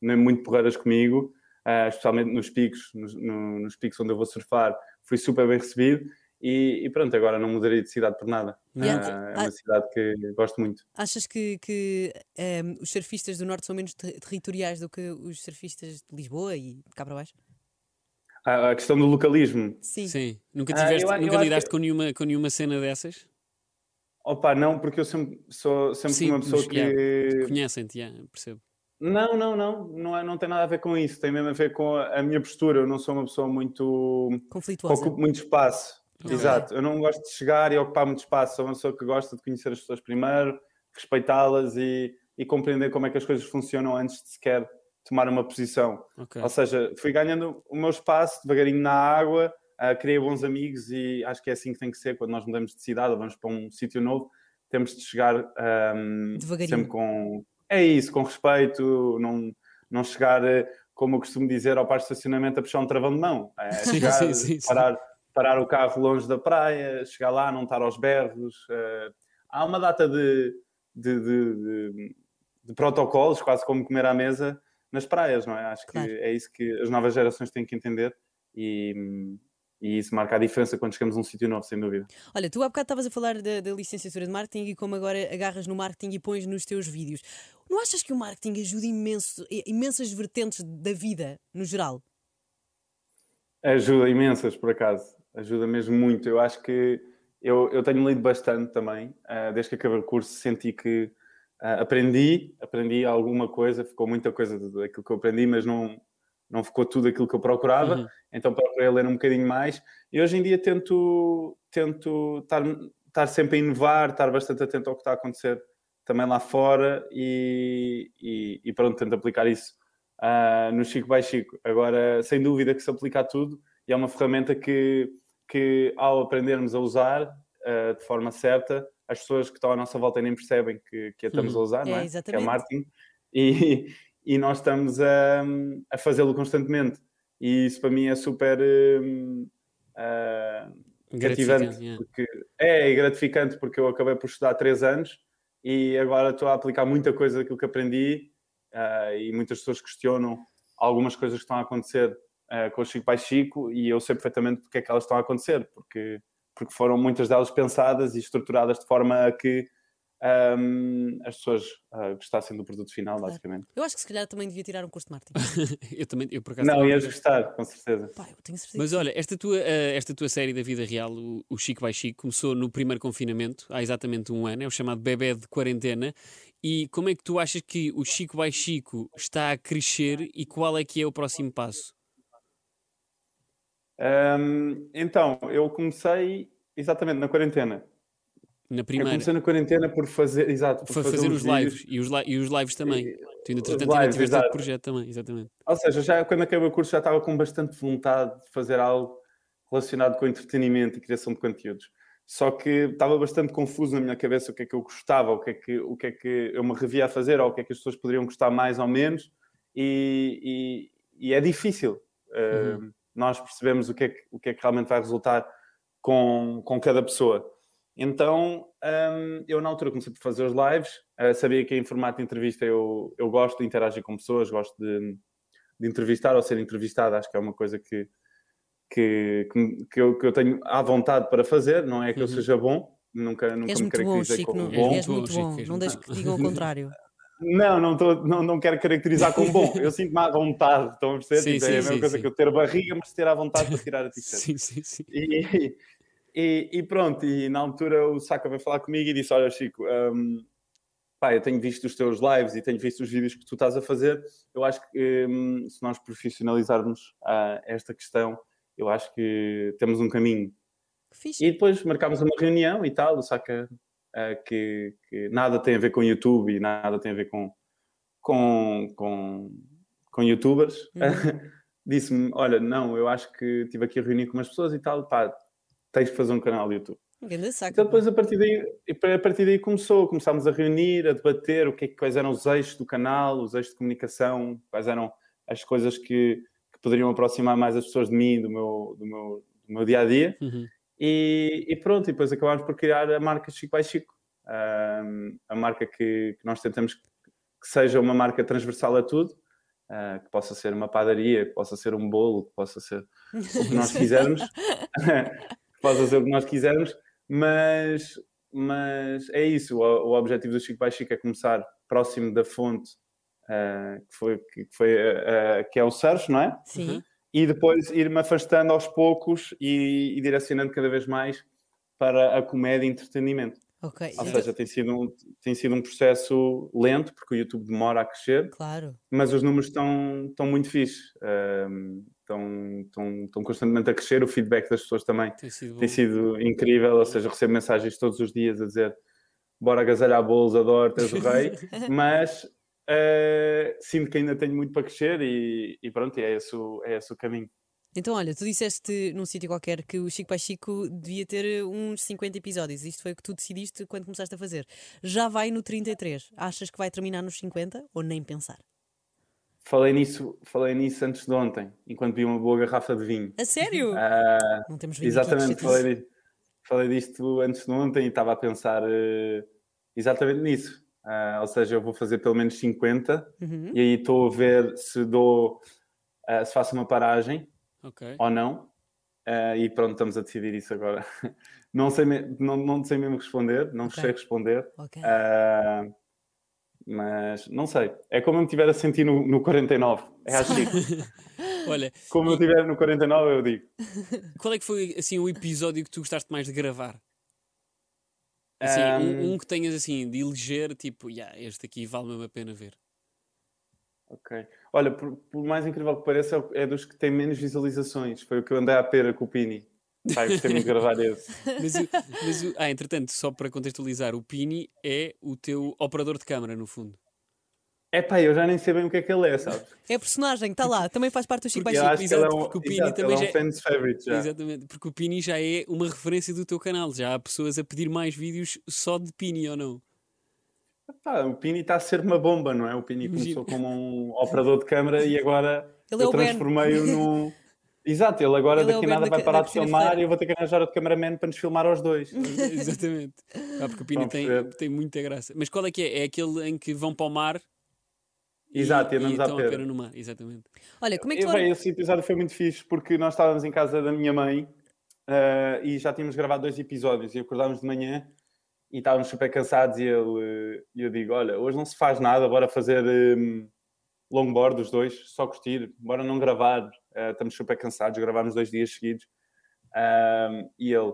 nem muito porreiras comigo, ah, especialmente nos picos, nos, no- nos picos onde eu vou surfar, fui super bem recebido. E, e pronto, agora não mudaria de cidade por nada. E antes- Ah, é ah, uma cidade que gosto muito. achas que, que, ehm, os surfistas do Norte são menos ter- territoriais do que os surfistas de Lisboa e cá para baixo? Ah, a questão do localismo. Sim. Sim. Nunca, Ah, eu tiveste, a- eu nunca acho lidaste que- com, nenhuma, com nenhuma cena dessas? Opa, não, porque eu sempre sou sempre fui Sim, uma pessoa mas, yeah, que. Conhecem-te, yeah, percebo. Não, não, não, não, é, não tem nada a ver com isso, tem mesmo a ver com a a minha postura. Eu não sou uma pessoa muito Conflituosa. Ocupo muito espaço. Ok. Exato. Eu não gosto de chegar e ocupar muito espaço. Sou uma pessoa que gosta de conhecer as pessoas primeiro, respeitá-las e, e compreender como é que as coisas funcionam antes de sequer tomar uma posição. Ok. Ou seja, fui ganhando o meu espaço devagarinho na água, ah, criei bons amigos e acho que é assim que tem que ser quando nós mudamos de cidade ou vamos para um sítio novo. Temos de chegar ahm, Devagarinho. sempre com. É isso, com respeito, não, não chegar, eh, como eu costumo dizer, ao parque de estacionamento a puxar um travão de mão. É <laughs> Sim, chegar, sim, sim, sim. Parar, parar o carro longe da praia, chegar lá, não estar aos berros. eh, há uma data de, de- de- de- de protocolos, quase como comer à mesa, nas praias, não é? Acho que Claro. é isso que as novas gerações têm que entender e, e isso marca a diferença quando chegamos a um sítio novo, sem dúvida. Olha, tu há bocado estavas a falar da, da licenciatura de marketing e como agora agarras no marketing e pões nos teus vídeos. Não achas que o marketing ajuda imenso, i- imensas vertentes da vida, no geral? Ajuda imensas, por acaso. Ajuda mesmo muito. Eu acho que eu, eu tenho lido bastante também. ah, desde que acabei o curso, senti que ah, aprendi, aprendi alguma coisa, ficou muita coisa de- daquilo que eu aprendi, mas não, não ficou tudo aquilo que eu procurava. Uhum. Então procurei ler um bocadinho mais. E hoje em dia tento tento estar, estar sempre a inovar, estar bastante atento ao que está a acontecer também lá fora e, e, e pronto, tento aplicar isso ah, no Chico by Chico. Agora, sem dúvida que se aplica a tudo e é uma ferramenta que, que ao aprendermos a usar ah, de forma certa, as pessoas que estão à nossa volta nem percebem que, que a estamos a usar, não É, é? Que é exatamente. marketing. E, e nós estamos a, a fazê-lo constantemente. E isso para mim é super hum, ah, cativante. Gratificante, yeah. Porque, é, e gratificante porque eu acabei por estudar três anos e agora estou a aplicar muita coisa daquilo que aprendi ah, e muitas pessoas questionam algumas coisas que estão a acontecer ah, com o Chico Pai Chico e eu sei perfeitamente porque é que elas estão a acontecer, porque, porque foram muitas delas pensadas e estruturadas de forma a que ahm, as pessoas ah, gostassem do produto final, Claro. basicamente. Eu acho que se calhar também devia tirar um curso de marketing. <laughs> <laughs> Eu também, eu por acaso Não, também ias nunca- gostar, com certeza. Pá, eu tenho certeza. Mas olha, esta tua, eh, esta tua série da vida real, o, o Chico vai Chico, começou no primeiro confinamento, há exatamente um ano, é o chamado bebê de quarentena. E como é que tu achas que o Chico vai Chico está a crescer e qual é que é o próximo passo? Ahm, então, eu comecei exatamente na quarentena. Na Eu primeira, comecei É na quarentena por fazer, exato, por foi fazer uns os vídeos. lives e os, li- e os lives também. Tu ainda, os entretanto, ainda lives, tiveste outro exato. projeto também, exatamente. Ou seja, já quando acabei o curso já estava com bastante vontade de fazer algo relacionado com entretenimento e criação de conteúdos. Só que estava bastante confuso na minha cabeça o que é que eu gostava, o que é que, o que, é que eu me revia a fazer, ou o que é que as pessoas poderiam gostar mais ou menos. E, e- e é difícil. Uh, Uhum. Nós percebemos o que, é que, o que é que realmente vai resultar com, com cada pessoa. Então, hum, eu na altura comecei por fazer os lives, eh, sabia que em formato de entrevista eu, eu gosto de interagir com pessoas, gosto de, de entrevistar ou ser entrevistado, acho que é uma coisa que, que, que, me- que eu, que eu tenho à vontade para fazer, não é que eu Uhum. seja bom, nunca, nunca És me muito bom, caracterizei Chico. como Não, bom. és Bom, muito Chico, bom. és Não muito deixes bom. que digam ao contrário. Não, não, tô, não, não quero caracterizar como bom. Eu sinto-me à vontade, estão a perceber? Sim, sim, Tipo, é a mesma sim, coisa sim. que eu ter barriga, mas ter à vontade para tirar a Sim, t-shirt. sim, sim. E, e- e pronto, e na altura o Saka veio falar comigo e disse: Olha, Chico, hum, pá, eu tenho visto os teus lives e tenho visto os vídeos que tu estás a fazer. Eu acho que hum, se nós profissionalizarmos ah, esta questão, eu acho que temos um caminho. Que fixe. E depois marcámos uma reunião e tal, o Saka, ah, que, que nada tem a ver com YouTube e nada tem a ver com, com, com, com youtubers. Uhum. Disse-me, olha, não, eu acho que estive aqui a reunir com umas pessoas e tal, pá, tens de fazer um canal de YouTube. Um grande saco. Então depois a partir daí, a partir daí começou, começámos a reunir, a debater o que é que- quais eram os eixos do canal, os eixos de comunicação, quais eram as coisas que, que poderiam aproximar mais as pessoas de mim, do meu, do meu, do meu dia a dia. Uhum. E, e pronto, e depois acabámos por criar a marca Chico by Chico, Ahm, a marca que, que nós tentamos que seja uma marca transversal a tudo, ah, que possa ser uma padaria, que possa ser um bolo, que possa ser o <laughs> que nós quisermos, que possa ser o que nós quisermos, mas, mas é isso, o, o objetivo do Chico by Chico é começar próximo da fonte, ah, que, foi, que, foi, ah, ah, que é o Sérgio, não é? Sim. e depois ir-me afastando aos poucos e, e direcionando cada vez mais para a comédia e entretenimento. Ok. Ou então- seja, tem sido, um, tem sido um processo lento, porque o YouTube demora a crescer, Claro. mas os números estão, estão muito fixe. ahm, estão, estão, estão constantemente a crescer, o feedback das pessoas também Tem sido bom. tem sido incrível, ou seja, recebo mensagens todos os dias a dizer bora agasalhar bolos, adoro, tens o rei, mas eh, sinto que ainda tenho muito para crescer e, e pronto, e é esse o- é esse o caminho. Então, olha, tu disseste num sítio qualquer que o Chico Pai Chico devia ter eh, uns 50 episódios. Isto foi o que tu decidiste quando começaste a fazer. Já vai no 33. Achas que vai terminar nos 50 ou nem pensar? Falei nisso, falei nisso antes de ontem, enquanto vi uma boa garrafa de vinho. A sério? Ah, não temos vindo aqui, que exatamente, chatice. falei, di- falei disto antes de ontem e estava a pensar eh, exatamente nisso. Ah, ou seja, eu vou fazer pelo menos 50 Uhum. e aí estou a ver se dou, ah, se faço uma paragem Ok. <laughs> ou não. Ah, e pronto, estamos a decidir isso agora. <laughs> Não sei, me- não, não sei mesmo responder, não Ok. sei responder. Ok. Ah, mas não sei. É como eu me estiver a sentir no, no 49. É <laughs> acho que Olha, como eu estiver no 49, eu digo. qual é que foi assim o episódio que tu gostaste mais de gravar? Assim, um, um que tenhas assim de eleger, tipo, "Ya, este aqui vale mesmo a pena ver. Ok. Olha, por, por mais incrível que pareça, é o- é dos que têm menos visualizações. Foi o que eu andei à pera com o Pini. Pai, gostei muito de gravar esse. <laughs> Mas, <laughs> o- mas o- ah, entretanto, só para contextualizar, o Pini é o teu operador de câmara, no fundo. É pá, eu já nem sei bem o que é que ele é, sabes? É personagem, está lá, também faz parte do Chico Pai eu Chico. acho que ele é exato, um, porque o Pini exato, ele também é um já- fans favorite já. Exatamente, porque o Pini já é uma referência do teu canal. Já há pessoas a pedir mais vídeos só de Pini ou não? Pá, o Pini está a ser uma bomba, não é? O Pini Imagino. começou como um operador de câmara e agora Ele é um- eu o Ben. <laughs> transformei-o num. Exato, ele agora Ele é o daqui Ben nada da vai Ca- da parar de Cristina filmar Ferreira. e eu vou ter que arranjar outro cameraman para nos filmar <laughs> aos <laughs> dois. Exatamente. Ah, porque o Pini Vamos tem, ver. tem muita graça. Mas qual é que é? É aquele em que vão para o mar e- Exato, e e, andamos à estão a pera. pera no mar. Exatamente. Olha, como é que Eu, tu. bem, esse episódio foi muito fixe porque nós estávamos em casa da minha mãe eh, e já tínhamos gravado dois episódios e acordámos de manhã e estávamos super cansados e ele, eh, e eu digo, olha, hoje não se faz nada, bora fazer eh, longboard os dois, só curtir, bora não gravar, eh, estamos super cansados, gravámos dois dias seguidos. Ahm, e ele,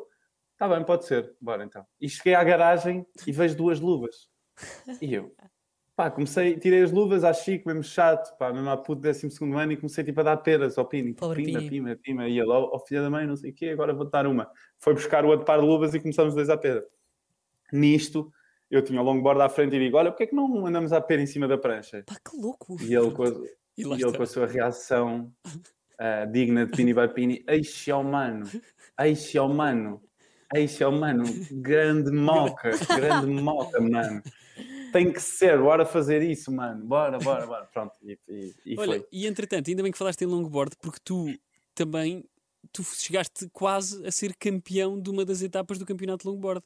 tá bem, pode ser, bora então. E cheguei à garagem e vejo duas luvas. E eu, Pá, comecei, tirei as luvas à Chico, mesmo chato, pá, mesmo à puto 12 ano, e comecei tipo a dar peras ao Pini. tipo, Pobre Pima, Pini. pima, pima. E ele, ó ó, filha da mãe, não sei o quê, agora vou-te dar uma. Foi buscar o outro par de luvas e começamos dois à pera. Nisto, eu tinha o longboard à frente e digo, olha, porque é que não andamos à pera em cima da prancha? Pá, que louco! E ele com a, E lá e ele está. com a sua reação ah, digna de Pini by Pini, eixe ao mano, eixe ao mano, eixe ao mano, grande moca, grande moca, mano. tem que ser, bora fazer isso, mano, bora, bora, bora. Pronto, e, e, e Olha, foi. e entretanto, ainda bem que falaste em longboard, porque tu também tu chegaste quase a ser campeão de uma das etapas do campeonato de longboard.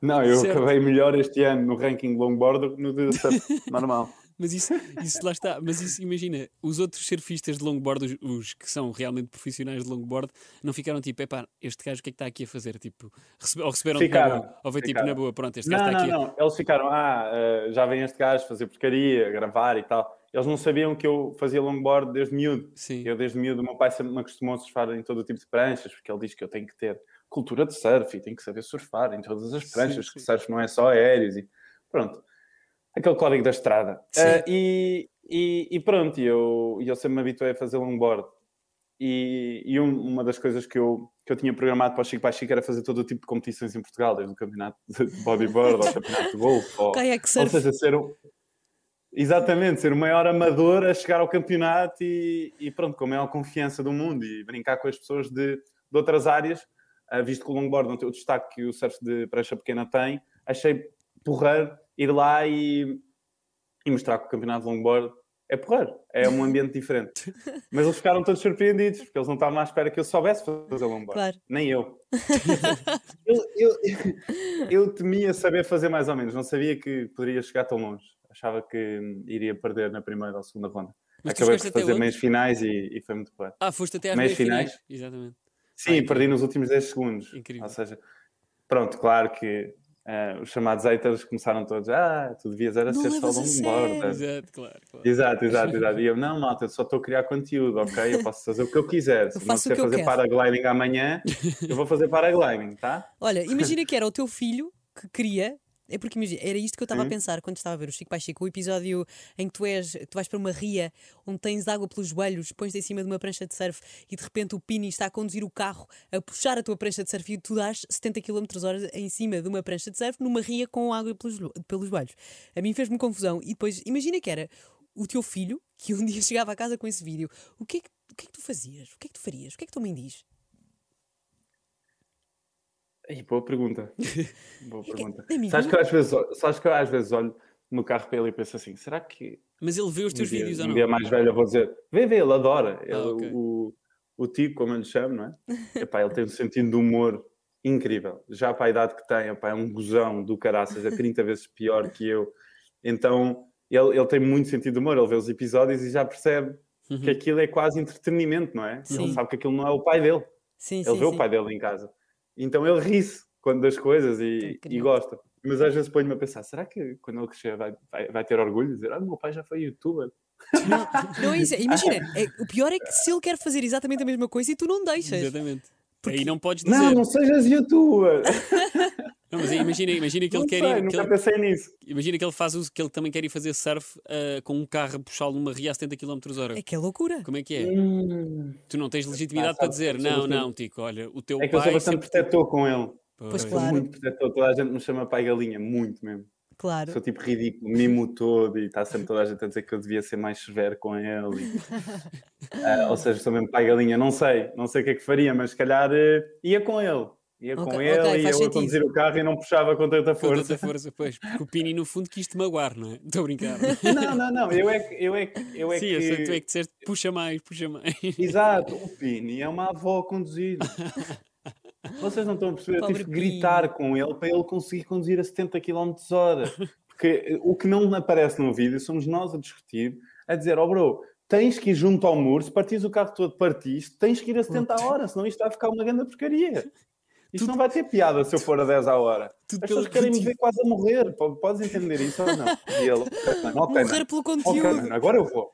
Não, eu certo. acabei melhor este ano no ranking longboard do que no de surf normal. Mas isso, isso lá está. Mas isso, imagina, os outros surfistas de longboard, os, os que são realmente profissionais de longboard, não ficaram tipo, epá, este gajo o que é que está aqui a fazer? Tipo, recebe- ou receberam Ficaram, na boa, ou veio tipo ficaram. na boa, pronto, <laughs> este gajo Não, está não, aqui. não. Eles ficaram, ah, eh, já vem este gajo fazer porcaria, gravar e tal. Eles não sabiam que eu fazia longboard desde miúdo. Sim, Eu, desde miúdo, o meu pai sempre me acostumou a surfar em todo o tipo de pranchas, porque ele diz que eu tenho que ter cultura de surf e tenho que saber surfar em todas as Sim, pranchas, sim. que surf não é só aéreos e pronto. Aquele código da estrada. Ah, e, e, e pronto, e eu, e eu sempre me habituei a fazer longboard. E, e um- uma das coisas que eu, que eu tinha programado para o Chico Pai Chico era fazer todo o tipo de competições em Portugal, desde o campeonato de <laughs> bodyboard <laughs> ao campeonato de golfe, ao- Kayak ou surf. seja, ser um... Exatamente, ser o maior amador a chegar ao campeonato e, e pronto, com a maior confiança do mundo e brincar com as pessoas de, de outras áreas, Ah, visto que o longboard não tem o destaque que o surf de prancha pequena tem, achei porrer ir lá e, e mostrar que o campeonato de longboard é porrer, é um ambiente diferente. Mas eles ficaram todos surpreendidos, porque eles não estavam à espera que eu soubesse fazer longboard. Claro. <laughs> Nem eu. eu, eu, eu temia saber fazer mais ou menos, não sabia que poderia chegar tão longe. Achava que hum, iria perder na primeira ou segunda ronda. mas tu Acabei chegaste por até fazer onde? meias finais e, e foi muito bem. Ah, foste até às meias meias finais. finais. Exatamente. Ah, Sim, perdi nos últimos 10 segundos. Incrível. Ou seja, pronto, claro que ah, os chamados haters começaram todos. Ah, tu devias era Não ser só levas a longboarder. Exato, claro. claro. Exato, exato, exato. E eu, não, malta, eu só estou a criar conteúdo, ok? Eu posso fazer o que eu quiser. Se Eu eu faço o quiser que eu fazer quero. paragliding amanhã, eu vou fazer paragliding, tá? <laughs> Olha, imagina que era o teu filho que queria. É porque imagina, era isto que eu estava a Sim. pensar quando estava a ver o Chico Pai Chico, o episódio em que tu és, tu vais para uma ria onde tens água pelos joelhos, pões-te em cima de uma prancha de surf e de repente o Pini está a conduzir o carro, a puxar a tua prancha de surf e tu dás 70 km hora em cima de uma prancha de surf numa ria com água pelos, jo- pelos joelhos. A mim fez-me confusão e depois imagina que era o teu filho que um <laughs> dia chegava a casa com esse vídeo. O que é que, o que, é que tu fazias? O que é que tu farias? O que é que tu me diz? Ei, <laughs> boa pergunta. Boa É é que- pergunta. amigo, Sabes eu- que, eu às vezes, olho- sabes que eu às vezes olho no carro para ele e penso assim: será que Mas ele vê os um teus dia, vídeos ou um não? Ah, dia mais velho eu vou dizer: vê, vê, ele adora. Ele- ok. o, o Tico, como eu lhe chamo, <laughs> não é? Epá, ele tem um sentido de humor incrível. Já para a idade que tem, epá, é um gozão do caraças, é 30 vezes pior que eu. Então ele, ele tem muito sentido de humor. Ele vê os episódios e já percebe <laughs> que Uhum. aquilo é quase entretenimento, não é? Sim. Ele sabe que aquilo não é o pai dele. Sim, Ele vê o pai dele em casa. Então ele ri-se quando das coisas Então, e, Tá e incrível. gosta. Mas às vezes ponho-me a pensar: será que quando ele crescer vai, vai, vai ter orgulho de dizer, ah, o meu pai já foi youtuber? Não, não é isso. Imagina, Ah. é- o pior é que se ele quer fazer exatamente a mesma coisa e tu não deixas. Exatamente. Aí não podes dizer. Não, Não, não sejas youtuber! mas aí imagina, imagina que não É ele quer sei, ir. que nunca ele- pensei nisso. Imagina que ele faz uso, que ele também quer ir fazer surf ah, com um carro a puxá-lo numa ria a 70 km hora. É que é loucura. Como é que é? Hum, Tu não tens legitimidade sabe, para dizer, eu sou não, bastante- não, Tico, olha, o teu É que eu pai. sou bastante sempre... protetor com ele. Pois Pois. Sou Claro. muito protetor. Toda a gente me chama pai galinha, muito mesmo. Claro. Sou tipo ridículo, mimo todo e está sempre toda a gente a dizer que eu devia ser mais severo com ele. e- <laughs> Ah, ou seja, sou mesmo pai galinha, não sei, não sei o que é que faria, mas se calhar eh, ia com ele. Ia com Ok, ele ok, faz e eu a sentido. conduzir o carro e não puxava com tanta Com tanta força. força, pois. Porque o Pini, no fundo, quis te magoar, não é? Estou a brincar. Não, não, não, eu é que. Eu é que, eu é Sim, que... eu sei que tu é que disseste, puxa mais, puxa mais. <laughs> Exato, o Pini é uma avó a conduzir. Vocês não estão a perceber, eu Pobre tive que gritar com ele para ele conseguir conduzir a 70 km hora. Porque eh, o que não aparece no vídeo somos nós a discutir, a dizer, oh bro, tens que ir junto ao muro, se partires o carro todo, partiste, tens que ir a 70 a hora, senão isto vai ficar uma grande porcaria. Isto não vai ter piada se eu for a 10 a hora. Tudo As pelo pessoas querem me ridículo. ver quase a morrer. po- Podes entender isso ou não? E ele, "Ok, mano, ok, mano." Morrer pelo Ok, é conteúdo. mano, agora eu vou.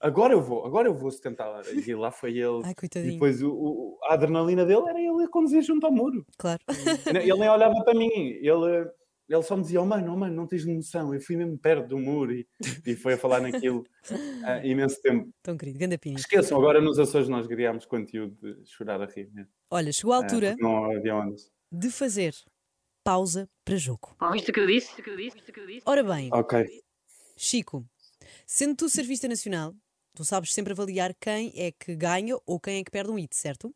Agora eu vou, agora eu vou 70 horas. E lá foi ele. Ai, E coitadinho. depois o- o- a adrenalina dele era ele a conduzir junto ao muro. Claro. <laughs> Ne- Ele nem olhava para mim. Ele, ele só me dizia: Oh mano, oh mano, não tens noção. Eu fui mesmo perto do muro e, e foi a falar <laughs> naquilo há imenso tempo. Tão querido. Ganda Pini. Esqueçam, agora nos Açores nós criámos conteúdo de chorar a rir. Né? Olha, chegou a Ah, altura porque não havia ondas. de fazer pausa para jogo. Ouviste o que eu disse? Ouviste o que eu disse? Ouviste o que eu disse? Ora bem, Ok. Chico, sendo tu servista nacional, tu sabes sempre avaliar quem é que ganha ou quem é que perde um hit, certo?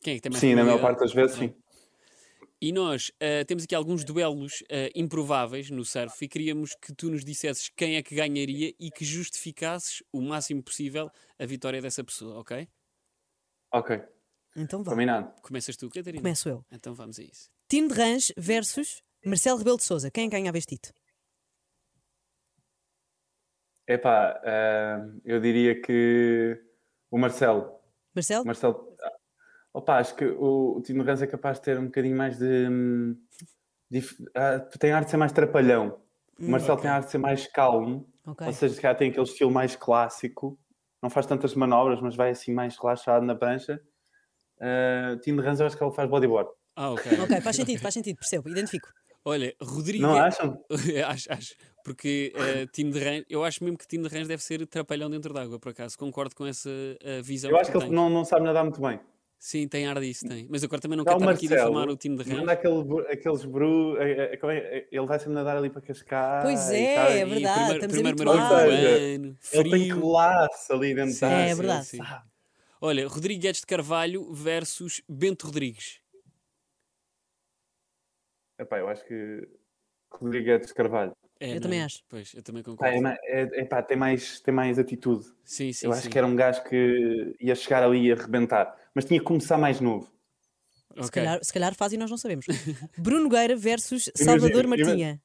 Quem é que tem mais Sim, na maior probabilidade? parte das vezes, sim. E nós ah, temos aqui alguns duelos ah, improváveis no surf e queríamos que tu nos dissesses quem é que ganharia e que justificasses o máximo possível a vitória dessa pessoa, ok? Ok, Então vá. combinado. Começas tu, Catarina? Começo eu. Então vamos a isso. Tino de Range versus Marcelo Rebelo de Souza. Quem é ganhava este título? Epá, ah, eu diria que o Marcelo. Marcelo? Marcelo. Opa, acho que o, o Tino Rans é capaz de ter um bocadinho mais de. hum, dif- ah, tem a arte de ser mais trapalhão. Hum, O Marcelo tem a arte de ser mais calmo. Ok. Ou seja, se calhar tem aquele estilo mais clássico. Não faz tantas manobras, mas vai assim mais relaxado na prancha. Ah, o Tino Rans, eu acho que ele faz bodyboard. Ah, ok. <laughs> Ok, faz sentido, faz sentido, percebo, identifico. <laughs> Olha, Rodrigo. é. Não acham? <laughs> acho, acho. Porque eh, Tino de Rãs, eu acho mesmo que Tino de Rãs deve ser trapalhão dentro d'água, por acaso. Concordo com essa eh, visão. É Eu um acho que tu ele tens. não, não sabe nadar muito bem. Sim, tem ar disso, tem. Mas agora também não Já quero o estar aqui a difamar Marcelo o Tino é. de Manda Rãs. aquele, bru- aqueles bru. eh, eh, como é? Ele vai sempre nadar ali para cascar. Pois e é, tal. é verdade, primeiro, estamos primeiro habituados. mergulho do Ou seja, ano, Ele tem frio. classe ali dentro Sim, da É água. sim, verdade. sim. Olha, Rodrigo Guedes de Carvalho versus Bento Rodrigues. Epá, eu acho que Rodrigo Guedes Carvalho. É, Eu não é? também acho. Pois, eu também Pá, concordo. é, ma- é- epá, tem, mais, tem mais atitude. Sim, sim. eu acho sim. que era um gajo que ia chegar ali e arrebentar. Mas tinha que começar mais novo. Se, Ok. calhar, se calhar faz e nós não sabemos. <laughs> Bruno Nogueira versus Salvador Imagina, Martinha.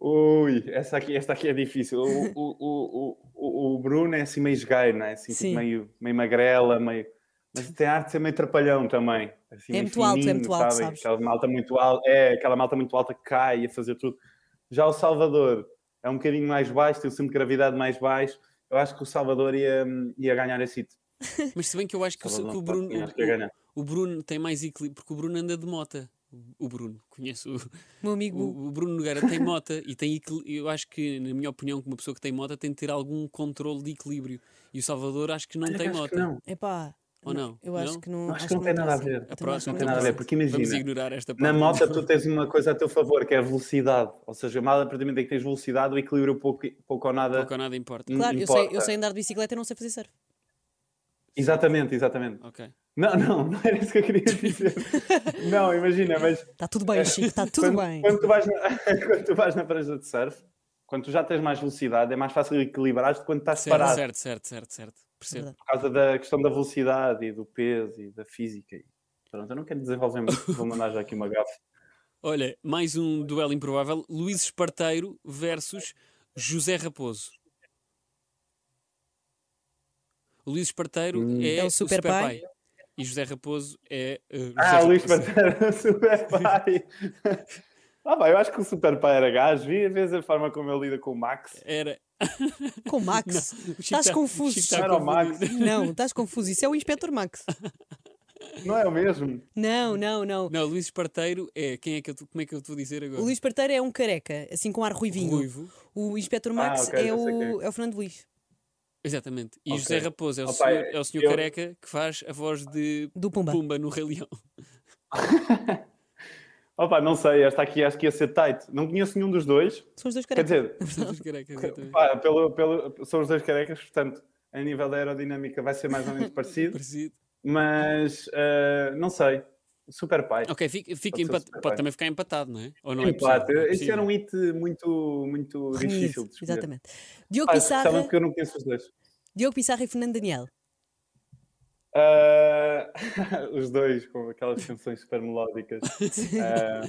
Ui, essa aqui, esta aqui é difícil. O, o, o, o- o, o Bruno é assim meio esgaio, não é? Assim, tipo, Sim. meio, meio magrela, meio... Mas tem a arte de ser meio trapalhão também. Assim, É meio muito alto, é fininho, muito alto, sabem? sabes? Aquela malta muito alta, é, aquela malta muito alta que cai a fazer tudo. Já o Salvador é um bocadinho mais baixo, tem o centro de gravidade mais baixo. Eu acho que o Salvador ia, hum, ia ganhar esse hit. Mas se bem que eu acho que, o- Salvador que o não pode, Bruno. eu acho um que ia ganhar. O Bruno tem mais equilíbrio, porque o Bruno anda de mota. O Bruno, conheço o, Meu amigo. o- o Bruno Nogueira, tem mota e tem equil- Eu acho que, na minha opinião, que uma pessoa que tem mota tem de ter algum controle de equilíbrio. E o Salvador acho que não Olha que tem acho mota. que não. Epá. Ou não? Eu acho Não? que não. Acho que não tem nada a ver. A também acho que próxima não tem nada a ver, porque imagina, Vamos ignorar esta Na parte. moto tu tens uma coisa a teu favor, que é a velocidade. Ou seja, mal a partir do momento em que tens velocidade, o equilíbrio é pouco, pouco ou nada. Pouco ou nada importa. Hum. Claro, eu sei, eu importa. sei andar de bicicleta e não sei fazer surf. Exatamente, exatamente. Ok. Não, não, não era isso que eu queria dizer. não, imagina, mas Está tudo bem, Chico, <laughs> está tudo É. quando, bem. quando tu vais na, <laughs> quando tu vais na prancha de surf, quando tu já tens mais velocidade, é mais fácil equilibrar do que quando estás Certo, parado certo, certo, certo, certo. Percebo. É Verdade. por causa da questão da velocidade e do peso e da física. Pronto, eu não quero desenvolver muito, vou mandar já aqui uma gafe. Olha, mais um duelo improvável. Luís Esparteiro versus José Raposo. O Luís Esparteiro é, É o o super super pai. pai. E José Raposo é. eh, José Ah, Luís Raposo. Pantera, <laughs> super pai. Ah, pá, eu acho que o super pai era gajo. Vi às vezes a forma como ele lida com o Max. Era. Com o Max. Não, o <laughs> Chico Estás tá- confuso. Chico tá Não era o Max. confundido. <laughs> <laughs> Não, estás confuso. Isso é o Inspector Max. Não é o mesmo? Não, não, não. Não, Luís Esparteiro é. Quem é que eu, te- como é que eu te vou dizer agora? O Luís Parteira é um careca, assim com ar ruivinho. Ruivo. O Inspector Max Ah, ok, é, já sei o, quem é o Fernando Luís, Exatamente. E Ok. José Raposo é o Opa, senhor, é o senhor eu- careca que faz a voz de do Pumba. Pumba no Rei Leão. <laughs> Opa, não sei. Esta aqui acho que ia ser tight. Não conheço nenhum dos dois. São os dois Quer carecas. dizer, Portanto, os carecas, <laughs> exatamente. pá, pelo, pelo, são os dois carecas, portanto, a nível da aerodinâmica vai ser mais <laughs> ou menos parecido. Parecido. Mas ah, não sei. Super pai. Ok, fica, fica Pode ser empat- super pode bem. também ficar empatado, não é? Ou não Empate. é? possível? É Este era possível. um hit muito, muito Renhido, difícil de escolher. Exatamente. Diogo Pá, Pissarra, especialmente porque eu não conheço os dois. Diogo Pissarra e Fernando Daniel. <laughs> Ah, <laughs> os dois com aquelas canções super melódicas. É Ah,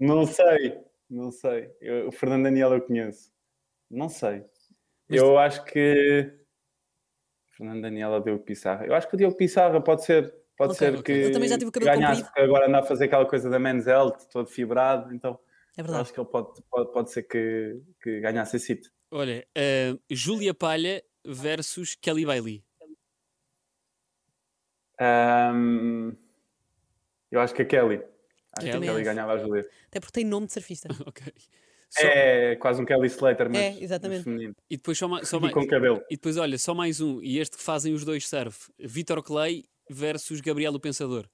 não sei, não sei. Eu- o Fernando Daniel eu conheço. Não sei. Mas eu acho que. Fernando Daniel ou Diogo Pissarra. Eu acho que o Diogo Pissarra pode ser. Pode Ok, ser ok. que Ele também já teve o cabelo ganhasse, comprido. porque agora anda a fazer aquela coisa da Men's Health, todo fibrado, então É eu verdade. acho que ele pode, pode, pode ser que, que ganhasse esse sítio. Olha, ah, Júlia Palha versus Kelly Bailey. <laughs> Ah, eu acho que a Kelly. Acho que a Kelly. Kelly ganhava a Julia. Até porque tem nome de surfista. Uhum. Ok. Só- É quase um Kelly Slater, mas, É, exatamente. mas feminino. E depois só, ma- só E mais. com cabelo. E depois, olha, só mais um. E este que fazem os dois serve. Vitor Clay versus Gabriel o Pensador.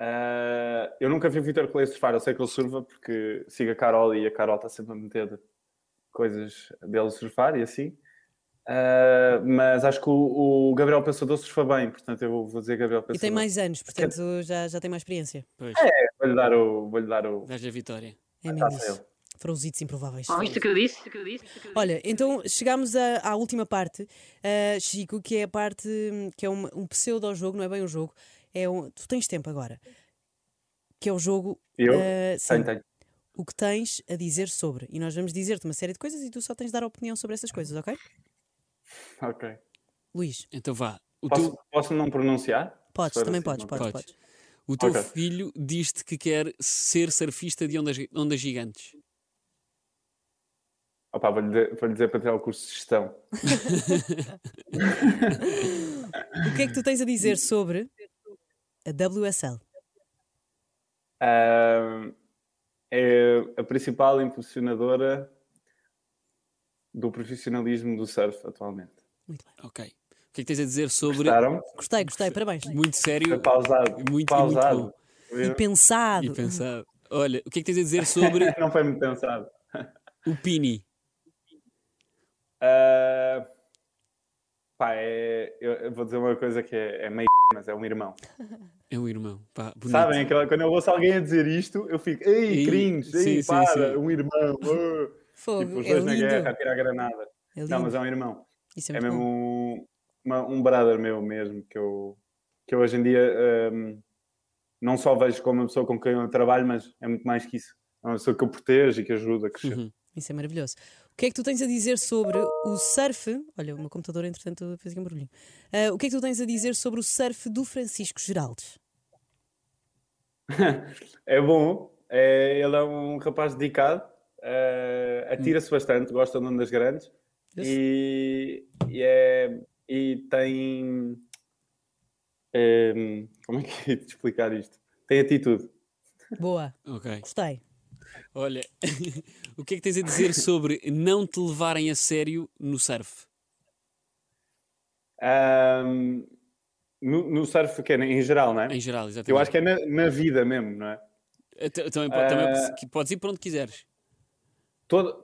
Ah, eu nunca vi o Vitor Clay surfar, eu sei que ele surfa porque sigo a Carol e a Carol está sempre a meter coisas dele surfar e assim. Ah, mas acho que o, o Gabriel Pensador surfa bem, portanto eu vou dizer Gabriel Pensador. E tem mais anos, portanto já, já tem mais experiência. Pois, Vou-lhe dar o. Vou-lhe dar o... dás-lhe a vitória. É mesmo Passa ele. isso. Foram os hits improváveis. Oh, isto que eu disse, isto que eu disse, isto que eu disse. Olha, então chegámos à, à última parte, ah, Chico, que é a parte hum, que é um, um pseudo-jogo, não é bem um jogo. É um, tu tens tempo agora. Que é o jogo. Eu? ah, sim, Tenho, tenho. O que tens a dizer sobre. E nós vamos dizer-te uma série de coisas e tu só tens de dar opinião sobre essas coisas, ok? Ok. Luís, Então vá. O Posso, teu, posso não pronunciar? podes, Espero também assim, podes, não. podes, Podes. podes. o teu Ok. filho diz-te que quer ser surfista de ondas, ondas gigantes. Opa, vou-lhe dizer, vou-lhe dizer para tirar o curso de gestão. O que é que tu tens a dizer sobre a WSL? Ah, é a principal impulsionadora do profissionalismo do surf atualmente. Muito bem. Ok. O que é que tens a dizer sobre. Gostaram? Gostei, gostei, parabéns. Muito sério Foi pausado. Muito- e muito pausado. bom. E Viram? pensado. e pensado. Olha, o que é que tens a dizer <laughs> sobre Não foi muito pensado. o Pini? Ah, pá, é- eu, eu vou dizer uma coisa que é, é meio mas é um irmão. É um irmão. Pá, bonito. Sabem, <laughs> aquela- quando eu ouço alguém a dizer isto, eu fico, ei, Ei, cringe, ei, sim, sim, para, sim. um irmão, ah." tipo, Fogo, os é dois na guerra a lindo. tirar granadas. É lindo. Não, mas é um irmão. Isso é é muito mesmo bom. um, uma- um brother meu mesmo que eu, que eu hoje em dia hum, não só vejo como uma pessoa com quem eu trabalho, mas é muito mais que isso. É uma pessoa que eu protejo e que ajuda a crescer. Uhum. Isso é maravilhoso. O que é que tu tens a dizer sobre o surf? Olha, o meu computador, entretanto, fez aqui um barulhinho. Ah, o que é que tu tens a dizer sobre o surf do Francisco Geraldes? É bom, é- ele é um rapaz dedicado, eh, atira-se bastante, gosta de ondas grandes Isso. e, e, é, e tem. em, como é que é de explicar isto? Tem atitude. Boa, Ok. gostei. Olha, <laughs> o que é que tens a dizer sobre não te levarem a sério no surf? Ahm, Hum, no, no surf, que é em geral, não é? Em geral, exatamente. Eu acho que é na, na vida mesmo, não é? Eh, t- Também, po- também Ah. po- que podes ir para onde quiseres. Toda,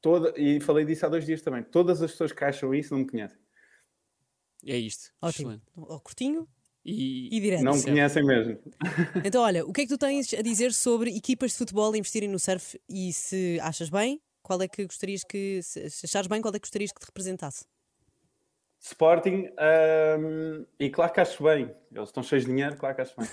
toda, e falei disso há dois dias também. Todas as pessoas que acham isso não me conhecem. É isto. Ótimo. Excelente. Ó, curtinho E, <laughs> e direto. não me certo. conhecem mesmo. Então, olha, o que é que tu tens a dizer sobre equipas de futebol investirem no surf e se achas bem, qual é que gostarias que. Se se achares bem, qual é que gostarias que te representasse? Sporting, ahm, e claro que acho bem. Eles estão cheios de dinheiro, claro que acho bem.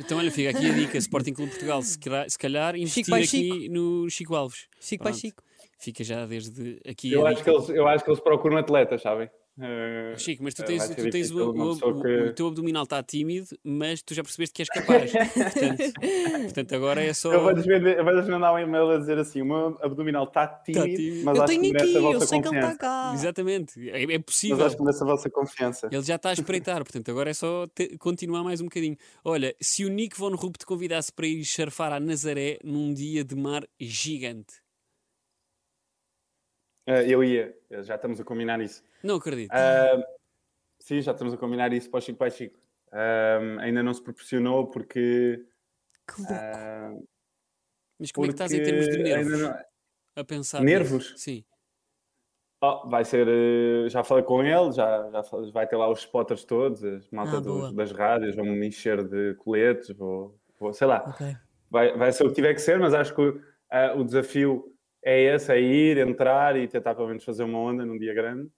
Então, olha, fica aqui a dica: Sporting Clube de Portugal, se calhar, se calhar investir vai aqui no Chico Alves. Chico pai Pronto. Chico. Fica já desde aqui. eu, é a acho que dica. eles, eu acho que eles procuram atletas, sabem? Ah, Chico, mas tu eh, tens, vai ser tu tens difícil o, uma o- pessoa o- que- o teu abdominal está tímido, mas tu já percebeste que és <laughs> capaz. portanto, portanto, agora é só. eu vou-lhes vender- eu vou-lhes mandar um e-mail a dizer assim: o meu abdominal está tímido, tímido. Tá mas eu acho que tenho merece aqui, a eu vossa sei que ele está confiança. cá. Exatamente. É, é Mas possível. acho que merece a vossa confiança. <laughs> Ele já está a espreitar, portanto, agora é só te- continuar mais um bocadinho. Olha, se o Nick Von Rupp te convidasse para ir surfar a Nazaré num dia de mar gigante. Ah, eu ia, já estamos a combinar isso. Não acredito. Ahm, sim, já estamos a combinar isso para o Chico Pai Chico. Ahm, ainda não se proporcionou porque. Que louco. ahm, Mas é como é que estás em porque termos de nervos? ainda não- A pensar. Nervos? nisso? Sim. Oh, vai ser. eh, Já falei com ele, já, já falei- vai ter lá os spotters todos, as malta Ah, dos- boa. das rádios, vão me encher de coletes, vou, vou- sei lá. Ok. Vai, vai ser o que tiver que ser, mas acho que ah, o desafio é esse: é ir, entrar e tentar pelo menos fazer uma onda num dia grande.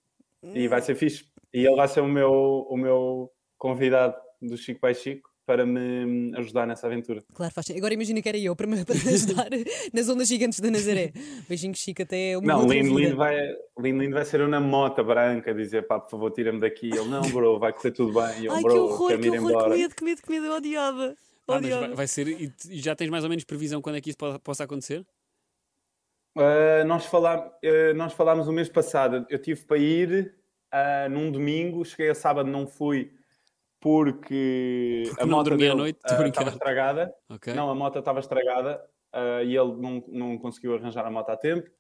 E vai ser fixe. E ele vai ser o meu, o meu convidado do Chico Pai Chico para me ajudar nessa aventura. Claro, faz sentido. Agora imagina que era eu para me <laughs> para te ajudar nas ondas gigantes da Nazaré. Beijinho chico até o meu não, Lindo, lindo vai, lindo, lindo vai ser eu na mota branca, dizer pá, por favor, tira-me daqui. Ele, não, bro, vai correr tudo bem. E eu, Ai, bro, que horror, quero que ir horror, embora. que medo, que medo, que medo, eu odiava. Ah, mas vai, Odiava. vai ser. E, t- e já tens mais ou menos previsão quando é que isso po- possa acontecer? Ah, nós, falá, ah, nós falámos o mês passado. Eu tive para ir ah, num domingo, cheguei a sábado, não fui porque, Porque a não moto dormi à dele, noite, tô ah, estava brincando. estragada. Ok. Não, a moto estava estragada ah, e ele não, não conseguiu arranjar a moto a tempo.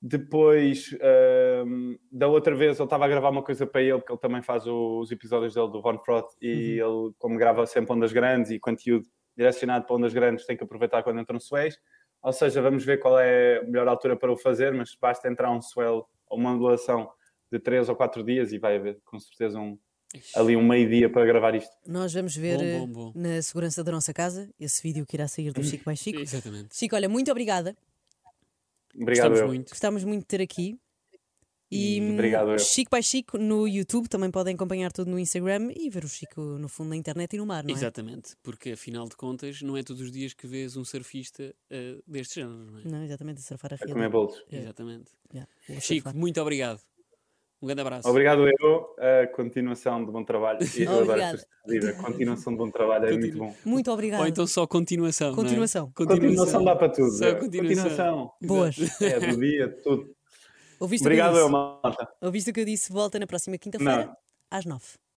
Depois, ahm, da outra vez, ele estava a gravar uma coisa para ele, porque ele também faz o- os episódios dele do Von Frot e Uhum. ele, como grava sempre ondas grandes e conteúdo direcionado para ondas grandes, tem que aproveitar quando entram swells. Ou seja, vamos ver qual é a melhor altura para o fazer, mas basta entrar um swell ou uma ondulação de três ou quatro dias e vai haver com certeza um, ali um meio-dia para gravar isto. Nós vamos ver eh, Bom, bom, bom. na segurança da nossa casa esse vídeo que irá sair do Chico mais Chico. Exatamente. Chico, olha, muito obrigada. Obrigado, Gostamos eu. muito. Gostámos muito de ter aqui. E E obrigado, eu. Chico by Chico no YouTube, também podem acompanhar tudo no Instagram e ver o Chico no fundo na internet e no mar, não é? Exatamente, porque afinal de contas não é todos os dias que vês um surfista ah, deste género, não é? Não, exatamente, a surfar a A rede. comer bolos. É. Exatamente. Yeah, vou Chico, surfar. muito obrigado. Um grande abraço. Obrigado, eu. A continuação de <laughs> bom trabalho. E eu adoro Obrigada. esta despedida. A continuação de bom trabalho é Continua. muito bom. Muito obrigada. Ou então só continuação. não é? Continuação. Continuação dá para tudo. Só é. continuação. Boas. é É, do dia, de tudo. Ouviste, Obrigado, o que eu eu, disse? Malta. Ouviste o que eu disse? Volta na próxima quinta-feira Não. às nove.